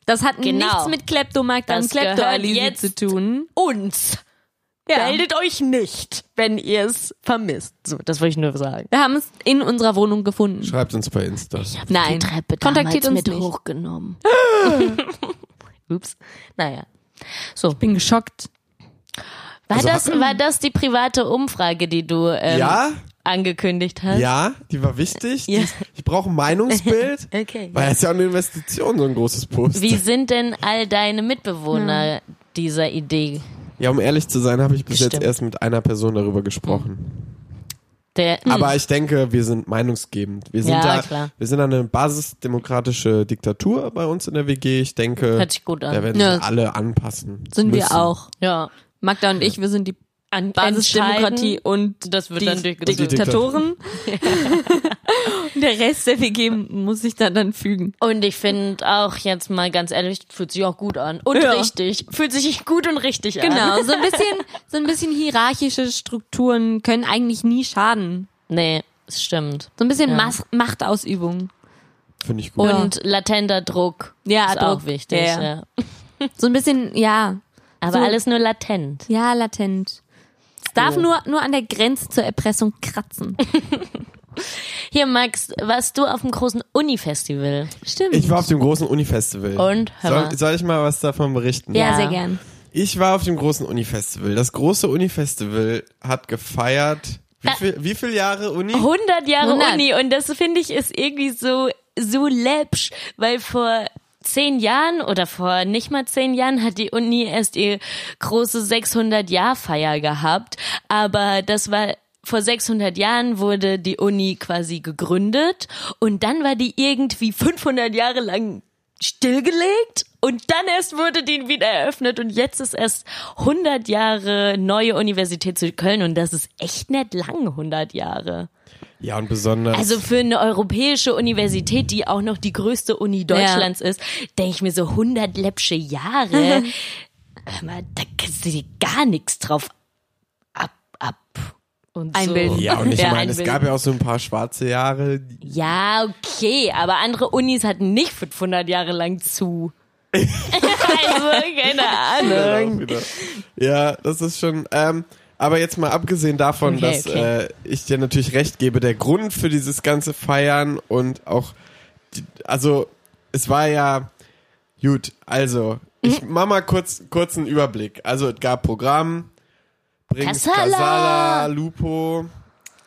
[SPEAKER 5] Das hat
[SPEAKER 3] Genau.
[SPEAKER 5] nichts mit Kleptomarkt und
[SPEAKER 3] Das gehört
[SPEAKER 5] Kleptoalisi
[SPEAKER 3] jetzt-
[SPEAKER 5] zu tun.
[SPEAKER 3] uns
[SPEAKER 5] Ja.
[SPEAKER 3] meldet euch nicht, wenn ihr es vermisst. So, das wollte ich nur sagen.
[SPEAKER 5] Wir haben es in unserer Wohnung gefunden.
[SPEAKER 4] Schreibt uns bei Insta.
[SPEAKER 5] Nein.
[SPEAKER 3] die Treppe
[SPEAKER 5] Kontaktiert
[SPEAKER 3] damals
[SPEAKER 5] uns
[SPEAKER 3] mit
[SPEAKER 5] nicht.
[SPEAKER 3] hochgenommen. Ups. Naja. So,
[SPEAKER 5] Bin geschockt.
[SPEAKER 3] war,
[SPEAKER 4] Also
[SPEAKER 3] das, war das die private Umfrage, die du ähm,
[SPEAKER 4] Ja?
[SPEAKER 3] angekündigt hast?
[SPEAKER 4] Ja, die war wichtig.
[SPEAKER 3] Ja.
[SPEAKER 4] Die, ich brauche ein Meinungsbild.
[SPEAKER 3] Okay.
[SPEAKER 4] Weil das ist ja auch eine Investition, so ein großes Poster.
[SPEAKER 3] Wie sind denn all deine Mitbewohner dieser Idee?
[SPEAKER 4] Ja, um ehrlich zu sein, habe ich bis
[SPEAKER 3] Stimmt.
[SPEAKER 4] jetzt erst mit einer Person darüber gesprochen.
[SPEAKER 3] Der, hm,
[SPEAKER 4] Aber ich denke, wir sind meinungsgebend. Wir sind
[SPEAKER 3] Ja,
[SPEAKER 4] da,
[SPEAKER 3] klar.
[SPEAKER 4] wir sind eine basisdemokratische Diktatur bei uns in der WG. Ich denke,
[SPEAKER 3] Hört sich gut an.
[SPEAKER 4] da werden
[SPEAKER 5] Ja.
[SPEAKER 4] sich alle anpassen.
[SPEAKER 5] Sind
[SPEAKER 4] müssen.
[SPEAKER 5] wir auch.
[SPEAKER 3] ja.
[SPEAKER 5] Magda und ich, wir sind die
[SPEAKER 3] An,
[SPEAKER 5] Basisdemokratie
[SPEAKER 3] entscheiden,
[SPEAKER 5] und
[SPEAKER 3] Das wird
[SPEAKER 5] die
[SPEAKER 3] dann durchgesetzt.
[SPEAKER 4] Die
[SPEAKER 5] Diktatoren. Und der Rest der WG muss sich dann dann fügen.
[SPEAKER 3] Und ich finde auch jetzt mal ganz ehrlich, fühlt sich auch gut an. Und
[SPEAKER 5] Ja.
[SPEAKER 3] richtig. Fühlt sich gut und richtig an.
[SPEAKER 5] Genau, so ein bisschen, so ein bisschen hierarchische Strukturen können eigentlich nie schaden.
[SPEAKER 3] Nee, es stimmt.
[SPEAKER 5] So ein bisschen
[SPEAKER 3] Ja.
[SPEAKER 5] Mas Machtausübung.
[SPEAKER 4] Finde ich gut.
[SPEAKER 5] Ja.
[SPEAKER 3] Und latenter Druck
[SPEAKER 5] Ja,
[SPEAKER 3] ist
[SPEAKER 5] Druck.
[SPEAKER 3] auch wichtig.
[SPEAKER 5] Ja, ja.
[SPEAKER 3] Ja.
[SPEAKER 5] So ein bisschen, ja,
[SPEAKER 3] Aber
[SPEAKER 5] So.
[SPEAKER 3] alles nur latent.
[SPEAKER 5] ja, latent. Es darf nur, nur an der Grenze zur Erpressung kratzen.
[SPEAKER 3] Hier, Max, warst du auf dem großen Uni-Festival?
[SPEAKER 5] Stimmt.
[SPEAKER 4] Ich war auf dem großen Uni-Festival.
[SPEAKER 3] Und? Hör mal.
[SPEAKER 4] Soll, soll ich mal was davon berichten?
[SPEAKER 5] ja,
[SPEAKER 3] Ja.
[SPEAKER 5] sehr gern.
[SPEAKER 4] Ich war auf dem großen Uni-Festival. Das große Uni-Festival hat gefeiert, Wie viel, wie viel Jahre Uni?
[SPEAKER 3] 100 Jahre
[SPEAKER 5] 100.
[SPEAKER 3] Uni und das finde ich ist irgendwie so so läppsch, weil vor zehn Jahren oder vor nicht mal zehn Jahren hat die Uni erst ihr große 600 Jahr Feier gehabt, aber das war vor 600 Jahren wurde die Uni quasi gegründet und dann war die irgendwie 500 Jahre lang stillgelegt und dann erst wurde die wieder eröffnet und jetzt ist erst 100 Jahre neue Universität zu Köln und das ist echt nicht lang 100 Jahre.
[SPEAKER 4] Ja, und besonders.
[SPEAKER 3] Also für eine europäische Universität, die auch noch die größte Uni Deutschlands ist, denke ich mir so 100 läppsche Jahre, hör mal, da kannst du dir gar nichts drauf ab, ab und
[SPEAKER 5] Einbilden.
[SPEAKER 3] So.
[SPEAKER 4] ja, und ich meine, es
[SPEAKER 3] einbilden.
[SPEAKER 4] gab ja auch so ein paar schwarze Jahre.
[SPEAKER 3] Ja, okay, aber andere Unis hatten nicht 500 Jahre lang zu. also, keine Ahnung.
[SPEAKER 4] Wieder. Ja, das ist schon. Ähm, aber jetzt mal abgesehen davon,
[SPEAKER 3] Okay,
[SPEAKER 4] dass
[SPEAKER 3] okay.
[SPEAKER 4] Äh, ich dir natürlich recht gebe, der Grund für dieses ganze Feiern und auch, die, also es war ja gut. Also ich
[SPEAKER 3] Mhm.
[SPEAKER 4] mach mal kurz kurzen Überblick. Also es gab Programm, Brings
[SPEAKER 3] Casala.
[SPEAKER 4] Casala, Lupo.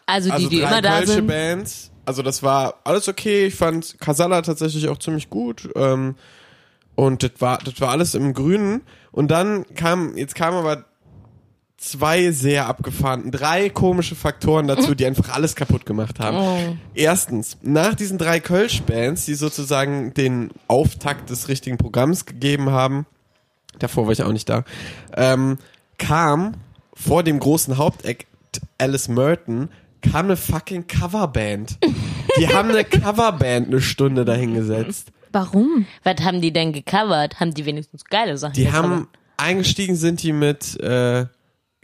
[SPEAKER 5] Also die,
[SPEAKER 4] also
[SPEAKER 5] die
[SPEAKER 4] drei
[SPEAKER 5] immer da
[SPEAKER 4] kölsche
[SPEAKER 5] sind.
[SPEAKER 4] Bands. Also das war alles okay. Ich fand Casala tatsächlich auch ziemlich gut. Ähm, und das war, das war alles im Grünen. Und dann kam, jetzt kamen aber zwei sehr abgefahren, drei komische Faktoren dazu, die einfach alles kaputt gemacht haben.
[SPEAKER 5] Oh.
[SPEAKER 4] Erstens, nach diesen drei Kölsch-Bands, die sozusagen den Auftakt des richtigen Programms gegeben haben, davor war ich auch nicht da, ähm, kam vor dem großen Hauptakt Alice Merton, kam eine fucking Coverband. Die haben eine Coverband eine Stunde dahingesetzt.
[SPEAKER 5] Warum?
[SPEAKER 3] Was haben die denn gecovert? Haben die wenigstens geile Sachen
[SPEAKER 4] Die
[SPEAKER 3] gecovert?
[SPEAKER 4] haben eingestiegen sind die mit äh,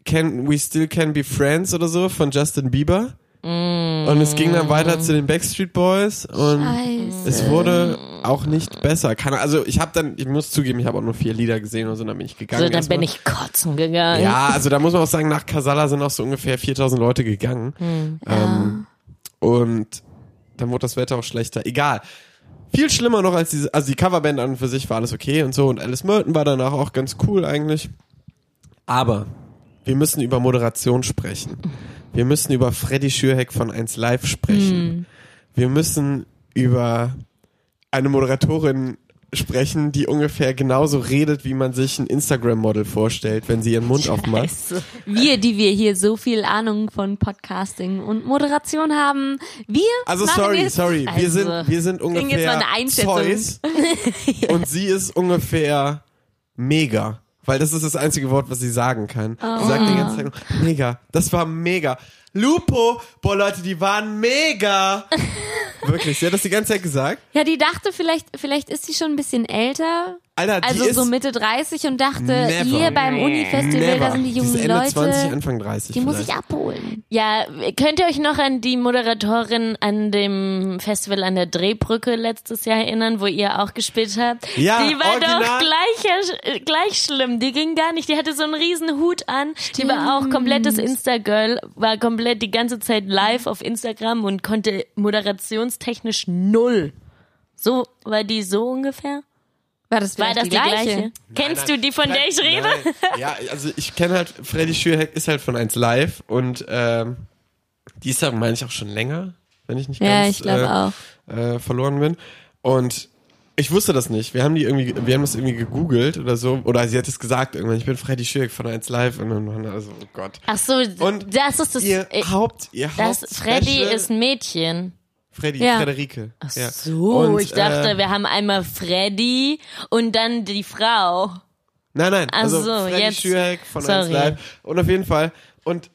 [SPEAKER 4] Can We Still Can Be Friends oder so von Justin Bieber.
[SPEAKER 3] Mm.
[SPEAKER 4] Und es ging dann weiter zu den Backstreet Boys und
[SPEAKER 5] Scheiße.
[SPEAKER 4] es wurde auch nicht besser. Keine- also ich habe dann, ich muss zugeben, ich habe auch nur vier Lieder gesehen und so, dann bin ich gegangen.
[SPEAKER 3] So, dann
[SPEAKER 4] erstmal.
[SPEAKER 3] bin ich kotzen gegangen.
[SPEAKER 4] Ja, also da muss man auch sagen, nach Casala sind auch so ungefähr 4000 Leute gegangen. Ähm, Und dann wurde das Wetter auch schlechter. Egal. Viel schlimmer noch als diese, also die Coverband an und für sich war alles okay und so und Alice Merton war danach auch ganz cool eigentlich. Aber wir müssen über Moderation sprechen. Wir müssen über Freddy Schürheck von 1 Live sprechen. Wir müssen über eine Moderatorin sprechen, die ungefähr genauso redet, wie man sich ein Instagram-Model vorstellt, wenn sie ihren Mund aufmacht.
[SPEAKER 5] Wir, die wir hier so viel Ahnung von Podcasting und Moderation haben, wir
[SPEAKER 4] Also
[SPEAKER 5] machen
[SPEAKER 4] sorry,
[SPEAKER 5] jetzt
[SPEAKER 4] sorry.
[SPEAKER 3] also,
[SPEAKER 4] wir sind, wir sind
[SPEAKER 5] jetzt mal
[SPEAKER 4] ungefähr
[SPEAKER 5] eine Einschätzung.
[SPEAKER 4] Zeus und sie ist ungefähr mega. Weil das ist das einzige Wort, was sie sagen kann.
[SPEAKER 5] Oh.
[SPEAKER 4] Sie sagt die ganze Zeit, nur, mega, das war mega. Lupo, boah Leute, die waren mega. Wirklich, sie hat das die ganze Zeit gesagt.
[SPEAKER 5] Ja, die dachte vielleicht, vielleicht ist sie schon ein bisschen älter,
[SPEAKER 4] Alter, die
[SPEAKER 5] also
[SPEAKER 4] ist
[SPEAKER 5] so Mitte 30 und dachte,
[SPEAKER 4] Never.
[SPEAKER 5] hier beim Uni-Festival, da
[SPEAKER 4] never.
[SPEAKER 5] sind die
[SPEAKER 4] die
[SPEAKER 5] jungen
[SPEAKER 4] ist Ende
[SPEAKER 5] Leute,
[SPEAKER 4] 20, Anfang 30
[SPEAKER 5] die muss
[SPEAKER 4] vielleicht.
[SPEAKER 5] ich abholen.
[SPEAKER 3] Ja, könnt ihr euch noch an die Moderatorin an dem Festival an der Drehbrücke letztes Jahr erinnern, wo ihr auch gespielt habt?
[SPEAKER 4] Ja,
[SPEAKER 3] die war
[SPEAKER 4] original.
[SPEAKER 3] doch gleich, äh, gleich schlimm. Die ging gar nicht. Die hatte so einen riesen Hut an. Die war auch komplettes Instagirl, war komplett die ganze Zeit live auf Instagram und konnte moderationstechnisch null. So war die so ungefähr?
[SPEAKER 5] War das,
[SPEAKER 3] War
[SPEAKER 5] vielleicht
[SPEAKER 3] das die gleiche?
[SPEAKER 4] Nein,
[SPEAKER 3] Kennst
[SPEAKER 4] nein,
[SPEAKER 3] du die, von der ich rede?
[SPEAKER 4] Nein. Ja, also ich kenne halt, Freddy Schürheck ist halt von 1 Live und ähm, die ist ja, meine ich, auch schon länger, wenn ich nicht
[SPEAKER 5] Ja,
[SPEAKER 4] ganz
[SPEAKER 5] ich glaube
[SPEAKER 4] äh,
[SPEAKER 5] auch.
[SPEAKER 4] äh, verloren bin. Und ich wusste das nicht. Wir haben die irgendwie, wir haben das irgendwie gegoogelt oder so. Oder sie hat es gesagt irgendwann, ich bin Freddy Schürheck von 1 Live und dann waren also, oh Gott.
[SPEAKER 3] Ach so,
[SPEAKER 4] Und
[SPEAKER 3] das ist das.
[SPEAKER 4] Ihr
[SPEAKER 3] äh,
[SPEAKER 4] Haupt, ihr
[SPEAKER 3] das
[SPEAKER 4] Haupt
[SPEAKER 3] Freddy ist ein Mädchen.
[SPEAKER 4] Freddy,
[SPEAKER 5] Ja.
[SPEAKER 4] Frederike. ähm, Ach
[SPEAKER 3] So, ich dachte,
[SPEAKER 4] äh,
[SPEAKER 3] wir haben einmal Freddy und dann die Frau.
[SPEAKER 4] Nein, nein.
[SPEAKER 3] Ach
[SPEAKER 4] Also
[SPEAKER 3] so,
[SPEAKER 4] Freddy
[SPEAKER 3] jetzt-
[SPEAKER 4] Schürheck von
[SPEAKER 3] sorry.
[SPEAKER 4] 1 Live. Und auf jeden Fall. Und,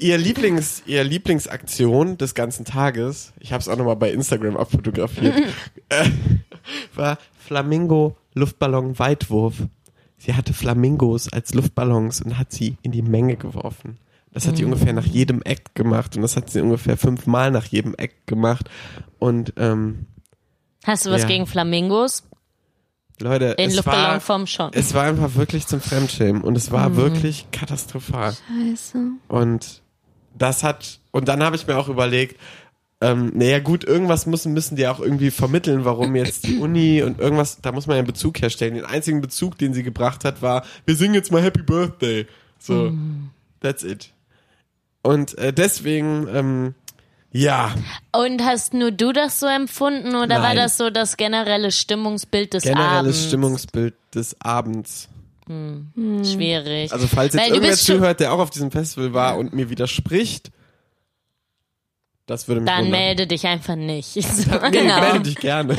[SPEAKER 4] ihr Lieblings, ihr Lieblingsaktion des ganzen Tages, ich habe es auch nochmal bei Instagram abfotografiert, äh, war Flamingo Luftballon Weitwurf. Sie hatte Flamingos als Luftballons und hat sie in die Menge geworfen. Das hat sie
[SPEAKER 3] Mhm.
[SPEAKER 4] ungefähr nach jedem Act gemacht und das hat sie ungefähr fünfmal nach jedem Act gemacht. Und ähm,
[SPEAKER 3] Hast du was
[SPEAKER 4] Ja.
[SPEAKER 3] gegen Flamingos?
[SPEAKER 4] Leute,
[SPEAKER 3] Den
[SPEAKER 4] es war,
[SPEAKER 3] Luftballonform schon.
[SPEAKER 4] es war einfach wirklich zum Fremdschämen und es war wirklich katastrophal.
[SPEAKER 5] Scheiße.
[SPEAKER 4] Und das hat, und dann habe ich mir auch überlegt, ähm, naja gut, irgendwas müssen, müssen die auch irgendwie vermitteln, warum jetzt die Uni und irgendwas, da muss man ja einen Bezug herstellen. Den einzigen Bezug, den sie gebracht hat, war, wir singen jetzt mal Happy Birthday. So, that's it. Und äh, deswegen, ähm, ja,
[SPEAKER 3] Und hast nur du das so empfunden oder war
[SPEAKER 4] Nein.
[SPEAKER 3] das so das generelle Stimmungsbild des
[SPEAKER 4] generelles
[SPEAKER 3] Abends? Hm,
[SPEAKER 4] Stimmungsbild des Abends.
[SPEAKER 3] Schwierig.
[SPEAKER 4] Also falls jetzt
[SPEAKER 3] Weil du
[SPEAKER 4] irgendwer
[SPEAKER 3] bist schon-
[SPEAKER 4] zuhört, der auch auf diesem Festival war und mir widerspricht, das würde mich
[SPEAKER 3] Dann
[SPEAKER 4] wundern.
[SPEAKER 3] melde dich einfach nicht. So.
[SPEAKER 4] Nee,
[SPEAKER 5] Genau.
[SPEAKER 4] melde dich gerne.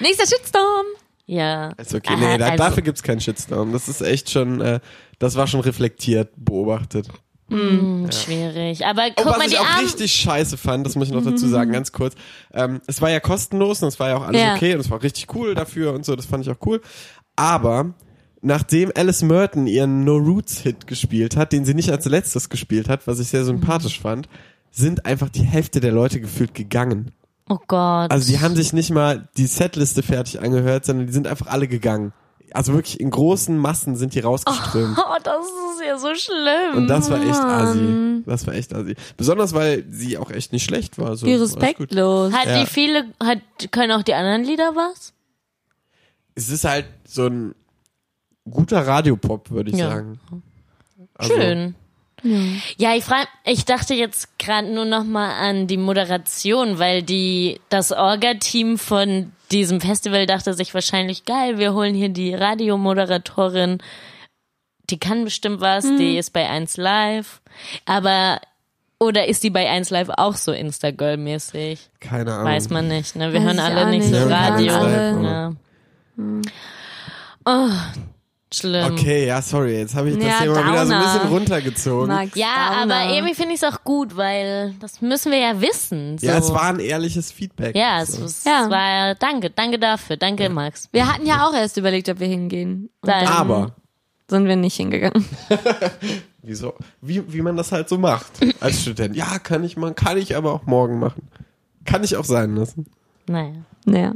[SPEAKER 5] Nächster Shitstorm.
[SPEAKER 3] Ja.
[SPEAKER 4] Ist okay, nee,
[SPEAKER 3] Ah,
[SPEAKER 4] da,
[SPEAKER 3] also-
[SPEAKER 4] dafür gibt's keinen Shitstorm. Das ist echt schon, äh, das war schon reflektiert, beobachtet.
[SPEAKER 3] Hm, Schwierig. Aber
[SPEAKER 4] Oh,
[SPEAKER 3] guck mal
[SPEAKER 4] was
[SPEAKER 3] die Mhm.
[SPEAKER 4] ich auch
[SPEAKER 3] Arme.
[SPEAKER 4] richtig scheiße fand, das muss ich noch dazu sagen, ganz kurz. Ähm, es war ja kostenlos und es war ja auch alles
[SPEAKER 5] Ja.
[SPEAKER 4] okay und es war richtig cool dafür und so, das fand ich auch cool. Aber nachdem Alice Merton ihren No Roots Hit gespielt hat, den sie nicht als letztes gespielt hat, was ich sehr sympathisch
[SPEAKER 3] Mhm.
[SPEAKER 4] fand, sind einfach die Hälfte der Leute gefühlt gegangen.
[SPEAKER 3] Oh Gott.
[SPEAKER 4] Also die haben sich nicht mal die Setliste fertig angehört, sondern die sind einfach alle gegangen. Also wirklich in großen Massen sind die rausgeströmt.
[SPEAKER 3] oh, das ist ja so schlimm.
[SPEAKER 4] Und das war echt assi.
[SPEAKER 5] Mann.
[SPEAKER 4] Das war echt assi. Besonders, weil sie auch echt nicht schlecht war. So,
[SPEAKER 5] Wie
[SPEAKER 4] alles gut.
[SPEAKER 3] ne?
[SPEAKER 5] respektlos.
[SPEAKER 3] hat
[SPEAKER 4] Ja.
[SPEAKER 3] die viele, hat, können auch die anderen Lieder was?
[SPEAKER 4] Es ist halt so ein guter Radiopop, würde ich
[SPEAKER 3] Ja.
[SPEAKER 4] sagen. Also,
[SPEAKER 3] Schön. Ja, ich frage, ich dachte jetzt gerade nur noch mal an die Moderation, weil die das Orga-Team von diesem Festival dachte sich wahrscheinlich geil, wir holen hier die Radiomoderatorin, die kann bestimmt was,
[SPEAKER 5] Mhm.
[SPEAKER 3] die ist bei 1 Live, aber oder ist die bei 1 Live auch so Instagirl mäßig?
[SPEAKER 4] Keine Ahnung.
[SPEAKER 3] Weiß man nicht, ne? Wir
[SPEAKER 5] Weiß
[SPEAKER 3] hören
[SPEAKER 5] ich
[SPEAKER 3] alle
[SPEAKER 5] auch
[SPEAKER 3] nicht
[SPEAKER 5] nicht. Mhm.
[SPEAKER 3] so
[SPEAKER 4] Ähm, Wir hören
[SPEAKER 3] Radio.
[SPEAKER 4] alle.
[SPEAKER 3] Ja. Oh, schlimm.
[SPEAKER 4] Okay, ja, sorry. Jetzt habe ich das
[SPEAKER 5] Ja,
[SPEAKER 4] Thema wieder so ein
[SPEAKER 5] Downer.
[SPEAKER 4] bisschen runtergezogen.
[SPEAKER 5] Max
[SPEAKER 3] Ja,
[SPEAKER 5] Downer.
[SPEAKER 3] aber irgendwie finde ich es auch gut, weil das müssen wir ja wissen. So.
[SPEAKER 4] Ja, es war ein ehrliches Feedback.
[SPEAKER 3] Ja, es,
[SPEAKER 4] So.
[SPEAKER 3] es
[SPEAKER 5] Ja.
[SPEAKER 3] war. Danke, danke dafür. Danke, Max.
[SPEAKER 5] Wir hatten ja auch erst überlegt, ob wir hingehen. Und
[SPEAKER 3] Dann-
[SPEAKER 5] dann
[SPEAKER 4] Aber,
[SPEAKER 5] sind wir nicht hingegangen.
[SPEAKER 4] wieso? Wie, wie man das halt so macht als Student. Ja, kann ich machen, kann ich aber auch morgen machen. Kann ich auch sein lassen.
[SPEAKER 3] Naja.
[SPEAKER 5] Naja.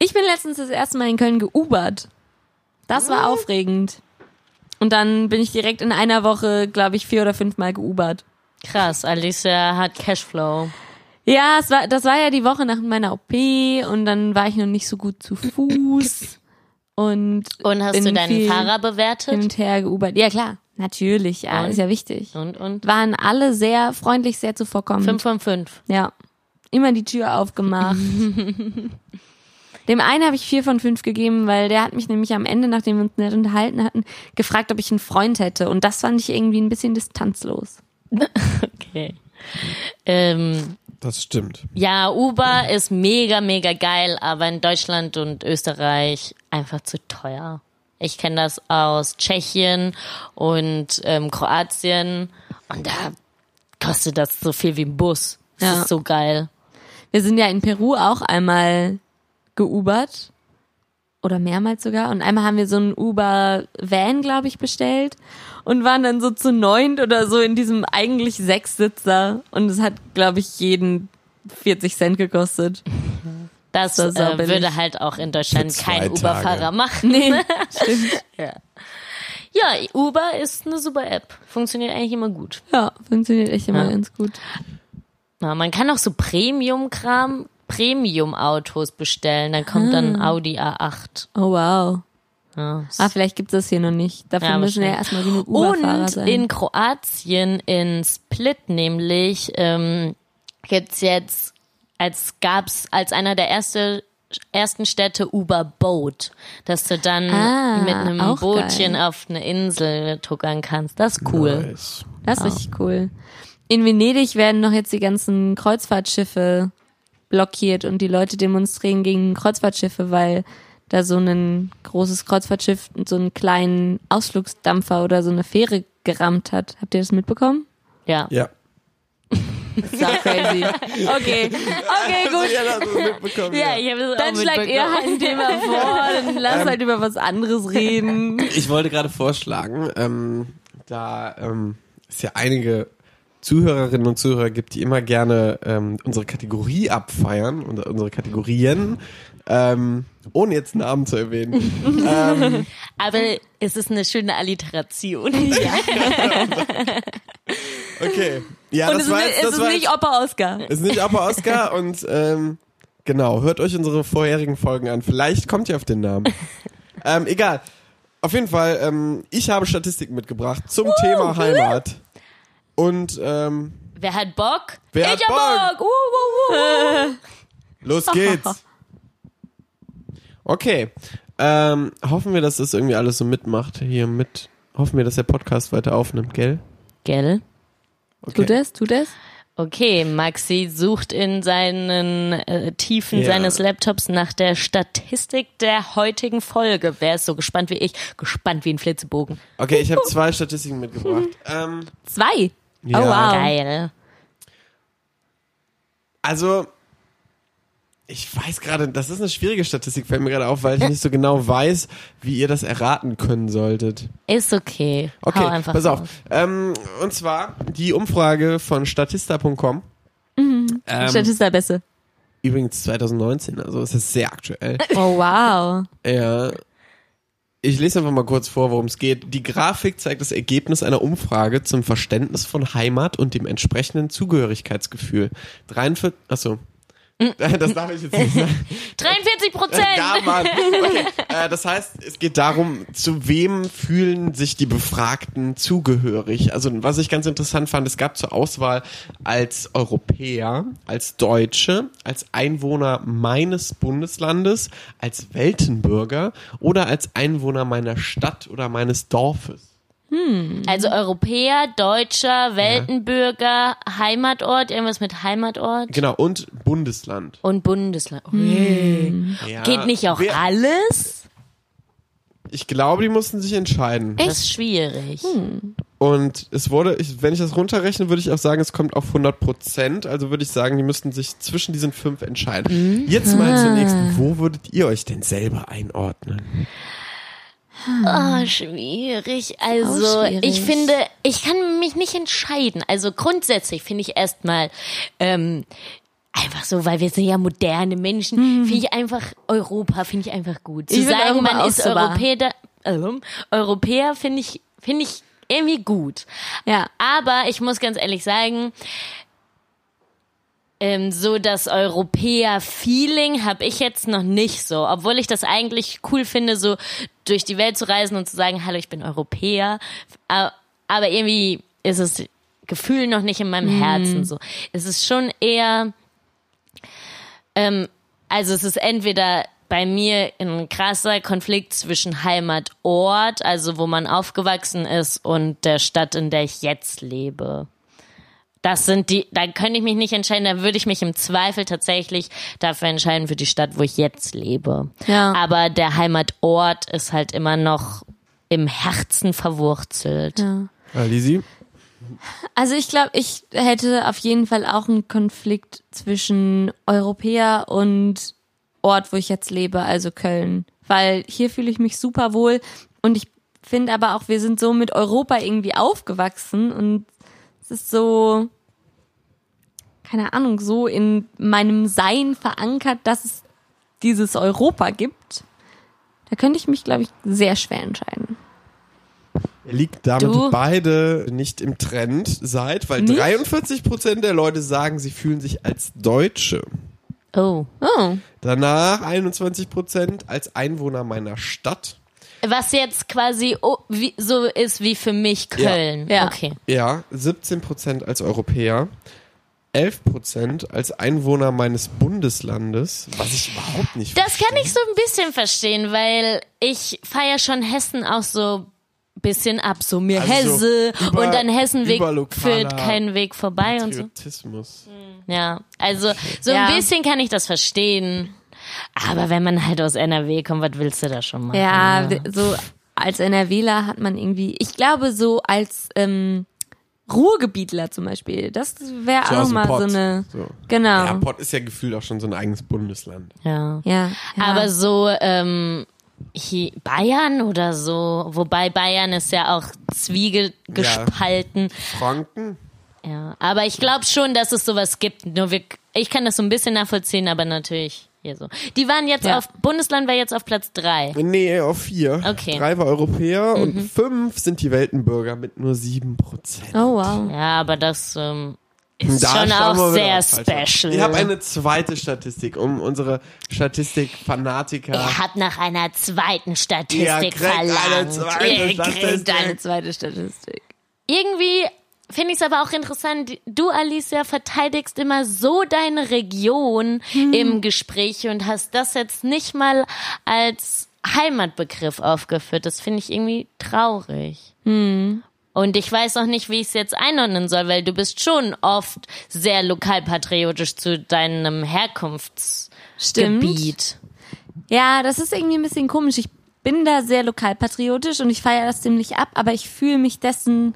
[SPEAKER 5] Ich bin letztens das erste Mal in Köln geubert. Das war aufregend. Und dann bin ich direkt in einer Woche, glaube ich, vier oder fünfmal geubert.
[SPEAKER 3] Krass, Alicia hat Cashflow.
[SPEAKER 5] Ja, es war, das war ja die Woche nach meiner OP und dann war ich noch nicht so gut zu Fuß und
[SPEAKER 3] Und hast
[SPEAKER 5] bin
[SPEAKER 3] du deinen
[SPEAKER 5] viel
[SPEAKER 3] Fahrer
[SPEAKER 5] hin
[SPEAKER 3] bewertet?
[SPEAKER 5] und her geubert. Ja klar, natürlich, ja,
[SPEAKER 3] Und?
[SPEAKER 5] ist ja wichtig.
[SPEAKER 3] Und, und?
[SPEAKER 5] Waren alle sehr freundlich, sehr zuvorkommend.
[SPEAKER 3] Fünf von fünf.
[SPEAKER 5] Ja. Immer die Tür aufgemacht. Dem einen habe ich vier von fünf gegeben, weil der hat mich nämlich am Ende, nachdem wir uns nett unterhalten hatten, gefragt, ob ich einen Freund hätte. Und das fand ich irgendwie ein bisschen distanzlos.
[SPEAKER 3] Okay. Ähm,
[SPEAKER 4] Das stimmt.
[SPEAKER 3] ja, Uber ist mega, mega geil, aber in Deutschland und Österreich einfach zu teuer. Ich kenne das aus Tschechien und ähm, Kroatien und da kostet das so viel wie ein Bus. Das
[SPEAKER 5] Ja.
[SPEAKER 3] ist so geil.
[SPEAKER 5] Wir sind ja in Peru auch einmal geubert. Oder mehrmals sogar. Und einmal haben wir so einen Uber-Van, glaube ich, bestellt. Und waren dann so zu neunt oder so in diesem eigentlich Sechssitzer. Und es hat, glaube ich, jeden 40 Cent gekostet.
[SPEAKER 3] Das,
[SPEAKER 5] Das ist auch
[SPEAKER 3] äh,
[SPEAKER 5] billig.
[SPEAKER 3] würde halt auch in Deutschland
[SPEAKER 4] Für zwei
[SPEAKER 3] kein Uber-Fahrer
[SPEAKER 4] Tage.
[SPEAKER 3] machen.
[SPEAKER 5] Nee, stimmt.
[SPEAKER 3] Ja, Uber ist eine super App. Funktioniert eigentlich immer gut.
[SPEAKER 5] Ja, funktioniert echt immer
[SPEAKER 3] Ja.
[SPEAKER 5] ganz gut.
[SPEAKER 3] Ja, man kann auch so Premium-Kram, Premium-Autos bestellen. Dann kommt dann Audi A8.
[SPEAKER 5] Oh wow.
[SPEAKER 3] Ja.
[SPEAKER 5] Ah, vielleicht gibt's das hier noch nicht. Dafür
[SPEAKER 3] Ja,
[SPEAKER 5] müssen ja
[SPEAKER 3] wahrscheinlich.
[SPEAKER 5] erstmal genug Uberfahrer
[SPEAKER 3] Und
[SPEAKER 5] sein.
[SPEAKER 3] in Kroatien, in Split nämlich, ähm, gibt's jetzt, als gab's als einer der erste, ersten Städte Uber Boat, dass du dann
[SPEAKER 5] Ah,
[SPEAKER 3] mit einem
[SPEAKER 5] auch
[SPEAKER 3] Bootchen auf eine Insel tuckern kannst. Das ist cool.
[SPEAKER 4] Nice.
[SPEAKER 5] das ist
[SPEAKER 3] Ah.
[SPEAKER 5] richtig cool. In Venedig werden noch jetzt die ganzen Kreuzfahrtschiffe blockiert und die Leute demonstrieren gegen Kreuzfahrtschiffe, weil da so ein großes Kreuzfahrtschiff so einen kleinen Ausflugsdampfer oder so eine Fähre gerammt hat. Habt ihr das mitbekommen?
[SPEAKER 3] Ja.
[SPEAKER 4] Ja.
[SPEAKER 5] Das war crazy. Okay, okay, gut.
[SPEAKER 4] Ja, das hast du mitbekommen.
[SPEAKER 3] Ja,
[SPEAKER 4] ja.
[SPEAKER 3] ich habe
[SPEAKER 5] Dann schlagt ihr halt ein Thema vor, dann lasst
[SPEAKER 4] Ähm,
[SPEAKER 5] halt über was anderes reden.
[SPEAKER 4] Ich wollte gerade vorschlagen, ähm, da ähm, es ja einige Zuhörerinnen und Zuhörer gibt, die immer gerne ähm, unsere Kategorie abfeiern und unsere Kategorien, ähm, ohne jetzt Namen zu erwähnen.
[SPEAKER 3] Aber es ist eine schöne Alliteration. Ja.
[SPEAKER 4] Okay. Ja,
[SPEAKER 5] Und
[SPEAKER 4] das
[SPEAKER 5] es
[SPEAKER 4] war
[SPEAKER 5] ist,
[SPEAKER 4] jetzt,
[SPEAKER 5] nicht- es
[SPEAKER 4] das
[SPEAKER 5] ist
[SPEAKER 4] war
[SPEAKER 5] nicht
[SPEAKER 4] jetzt,
[SPEAKER 5] Opa Oscar.
[SPEAKER 4] es ist nicht Opa Oscar und ähm, genau, hört euch unsere vorherigen Folgen an. Vielleicht kommt ihr auf den Namen. Ähm, egal. Auf jeden Fall, ähm, ich habe Statistiken mitgebracht zum Thema Heimat. Und ähm,
[SPEAKER 3] Wer hat Bock?
[SPEAKER 4] Wer
[SPEAKER 3] ich
[SPEAKER 4] hat
[SPEAKER 3] hab Bock! Uh, uh, uh, uh.
[SPEAKER 4] Los geht's. Okay. Ähm, hoffen wir, dass das irgendwie alles so mitmacht hier mit. Hoffen wir, dass der Podcast weiter aufnimmt, gell?
[SPEAKER 3] Gell?
[SPEAKER 4] Okay.
[SPEAKER 5] Tu das, tu das.
[SPEAKER 3] Okay, Maxi sucht in seinen äh, Tiefen
[SPEAKER 4] Ja.
[SPEAKER 3] seines Laptops nach der Statistik der heutigen Folge. Wer ist so gespannt wie ich? Gespannt wie ein Flitzebogen.
[SPEAKER 4] Okay, ich habe zwei Statistiken mitgebracht. ähm,
[SPEAKER 5] Zwei.
[SPEAKER 4] Ja.
[SPEAKER 5] Oh wow.
[SPEAKER 3] Geil.
[SPEAKER 4] also, ich weiß gerade, das ist eine schwierige Statistik, fällt mir gerade auf, weil ich nicht so genau weiß, wie ihr das erraten können solltet.
[SPEAKER 3] Ist okay. Hau
[SPEAKER 4] Okay,
[SPEAKER 3] einfach
[SPEAKER 4] pass
[SPEAKER 3] raus.
[SPEAKER 4] auf. Ähm, und zwar die Umfrage von statista.com. Ähm,
[SPEAKER 5] Statista Bässe.
[SPEAKER 4] übrigens 2019, also es ist sehr aktuell.
[SPEAKER 5] Oh wow.
[SPEAKER 4] Ja. Ich lese einfach mal kurz vor, worum es geht. Die Grafik zeigt das Ergebnis einer Umfrage zum Verständnis von Heimat und dem entsprechenden Zugehörigkeitsgefühl. 43, achso.
[SPEAKER 3] Mm.
[SPEAKER 4] Das darf ich jetzt nicht sagen.
[SPEAKER 3] 43
[SPEAKER 4] Ja,
[SPEAKER 3] Prozent!
[SPEAKER 4] Mann. Äh, Okay. Äh, das heißt, es geht darum, zu wem fühlen sich die Befragten zugehörig. Also was ich ganz interessant fand, es gab zur Auswahl als Europäer, als Deutsche, als Einwohner meines Bundeslandes, als Weltenbürger oder als Einwohner meiner Stadt oder meines Dorfes.
[SPEAKER 3] also Europäer, Deutscher, Weltenbürger, Heimatort, irgendwas mit Heimatort
[SPEAKER 4] Genau, und Bundesland.
[SPEAKER 3] und Bundesland. Oh,
[SPEAKER 4] Ja.
[SPEAKER 3] Geht nicht auch
[SPEAKER 4] Hm. Wer-
[SPEAKER 3] alles?
[SPEAKER 4] Ich glaube, die mussten sich entscheiden.
[SPEAKER 3] Das ist schwierig.
[SPEAKER 4] Und es wurde, ich, wenn ich das runterrechne, würde ich auch sagen, es kommt auf 100 Prozent. Also würde ich sagen, die müssten sich zwischen diesen fünf entscheiden. Jetzt mal zunächst, wo würdet ihr euch denn selber einordnen?
[SPEAKER 3] Ah, schwierig. Also,
[SPEAKER 5] Auch schwierig.
[SPEAKER 3] ich finde, ich kann mich nicht entscheiden. Also grundsätzlich finde ich erstmal ähm, einfach so, weil wir sind ja moderne Menschen, finde ich einfach Europa, finde ich einfach gut. Zu
[SPEAKER 5] Mhm. Ich finde
[SPEAKER 3] sagen,
[SPEAKER 5] Europa
[SPEAKER 3] man
[SPEAKER 5] auch
[SPEAKER 3] ist
[SPEAKER 5] super.
[SPEAKER 3] Europäer, da- ähm, Europäer finde ich, finde ich irgendwie gut.
[SPEAKER 5] Ja.
[SPEAKER 3] Aber ich muss ganz ehrlich sagen, ähm, so das Europäer-Feeling habe ich jetzt noch nicht so. Obwohl ich das eigentlich cool finde, so durch die Welt zu reisen und zu sagen, hallo, ich bin Europäer. A- Aber irgendwie ist das Gefühl noch nicht in meinem Herzen so. Es ist schon eher, ähm, also es ist entweder bei mir ein krasser Konflikt zwischen Heimatort, also wo man aufgewachsen ist, und der Stadt, in der ich jetzt lebe. Das sind die, da könnte ich mich nicht entscheiden, da würde ich mich im Zweifel tatsächlich dafür entscheiden für die Stadt, wo ich jetzt lebe.
[SPEAKER 5] Ja.
[SPEAKER 3] Aber der Heimatort ist halt immer noch im Herzen verwurzelt.
[SPEAKER 4] Lisi?
[SPEAKER 5] Also ich glaube, ich hätte auf jeden Fall auch einen Konflikt zwischen Europäer und Ort, wo ich jetzt lebe, also Köln. Weil hier fühle ich mich super wohl und ich finde aber auch, wir sind so mit Europa irgendwie aufgewachsen und es ist so, keine Ahnung, so in meinem Sein verankert, dass es dieses Europa gibt. Da könnte ich mich, glaube ich, sehr schwer entscheiden.
[SPEAKER 4] Ihr liegt damit
[SPEAKER 3] Du?
[SPEAKER 4] beide nicht im Trend seid, weil 43 Prozent der Leute sagen, sie fühlen sich als Deutsche.
[SPEAKER 3] Oh.
[SPEAKER 5] Oh.
[SPEAKER 4] Danach 21 Prozent als Einwohner meiner Stadt.
[SPEAKER 3] Was jetzt quasi oh, wie, so ist wie für mich Köln.
[SPEAKER 5] Ja.
[SPEAKER 3] Okay.
[SPEAKER 4] Ja, 17% als Europäer, 11% als Einwohner meines Bundeslandes, was ich überhaupt nicht
[SPEAKER 3] Das kann ich so ein bisschen verstehen, weil ich feiere schon Hessen auch so ein bisschen ab. So mir
[SPEAKER 4] Also so
[SPEAKER 3] Hesse
[SPEAKER 4] über-
[SPEAKER 3] und dann Hessenweg
[SPEAKER 4] überlokaler
[SPEAKER 3] führt keinen Weg vorbei und so.
[SPEAKER 4] Patriotismus.
[SPEAKER 3] Ja, also so
[SPEAKER 5] Ja.
[SPEAKER 3] ein bisschen kann ich das verstehen. Aber wenn man halt aus NRW kommt, was willst du da schon machen?
[SPEAKER 5] Ja, w- so als NRWler hat man irgendwie, ich glaube, so als ähm, Ruhrgebietler zum Beispiel, das wäre auch
[SPEAKER 4] so
[SPEAKER 5] mal
[SPEAKER 4] Pott.
[SPEAKER 5] so eine.
[SPEAKER 4] So.
[SPEAKER 5] Genau.
[SPEAKER 4] Ja,
[SPEAKER 5] Ja,
[SPEAKER 4] Pott ist ja gefühlt auch schon so ein eigenes Bundesland.
[SPEAKER 3] ja.
[SPEAKER 5] ja,
[SPEAKER 3] Aber so ähm, hier Bayern oder so, wobei Bayern ist ja auch zwiegespalten.
[SPEAKER 4] Franken?
[SPEAKER 3] Ja. Aber ich glaube schon, dass es sowas gibt. Nur wir, ich kann das so ein bisschen nachvollziehen, aber natürlich hier so. Die waren jetzt
[SPEAKER 5] Ja.
[SPEAKER 3] auf Bundesland war jetzt auf Platz drei.
[SPEAKER 4] Nee, auf vier.
[SPEAKER 3] Okay. Mhm.
[SPEAKER 4] Drei war Europäer und fünf sind die Weltenbürger mit nur sieben Prozent.
[SPEAKER 5] oh wow.
[SPEAKER 3] Ja, aber das ähm, Ist
[SPEAKER 4] Da
[SPEAKER 3] schon
[SPEAKER 4] schauen wir
[SPEAKER 3] auch
[SPEAKER 4] wieder
[SPEAKER 3] sehr
[SPEAKER 4] was Falsches.
[SPEAKER 3] special.
[SPEAKER 4] Ich habe eine zweite Statistik, um unsere Statistik-Fanatiker.
[SPEAKER 3] Er hat nach einer zweiten
[SPEAKER 4] Ihr
[SPEAKER 3] Statistik
[SPEAKER 4] kriegt eine
[SPEAKER 3] verlangt.
[SPEAKER 4] zweite
[SPEAKER 3] Ihr
[SPEAKER 4] Statistik.
[SPEAKER 3] kriegt eine
[SPEAKER 5] Deine zweite Statistik.
[SPEAKER 3] irgendwie finde ich es aber auch interessant, du, Alicia, verteidigst immer so deine Region
[SPEAKER 5] Hm.
[SPEAKER 3] im Gespräch und hast das jetzt nicht mal als Heimatbegriff aufgeführt. Das finde ich irgendwie traurig.
[SPEAKER 5] Hm.
[SPEAKER 3] Und ich weiß auch nicht, wie ich es jetzt einordnen soll, weil du bist schon oft sehr lokalpatriotisch zu deinem Herkunftsgebiet.
[SPEAKER 5] Stimmt. Ja, das ist irgendwie ein bisschen komisch. Ich bin da sehr lokalpatriotisch und ich feiere das ziemlich ab, aber ich fühle mich dessen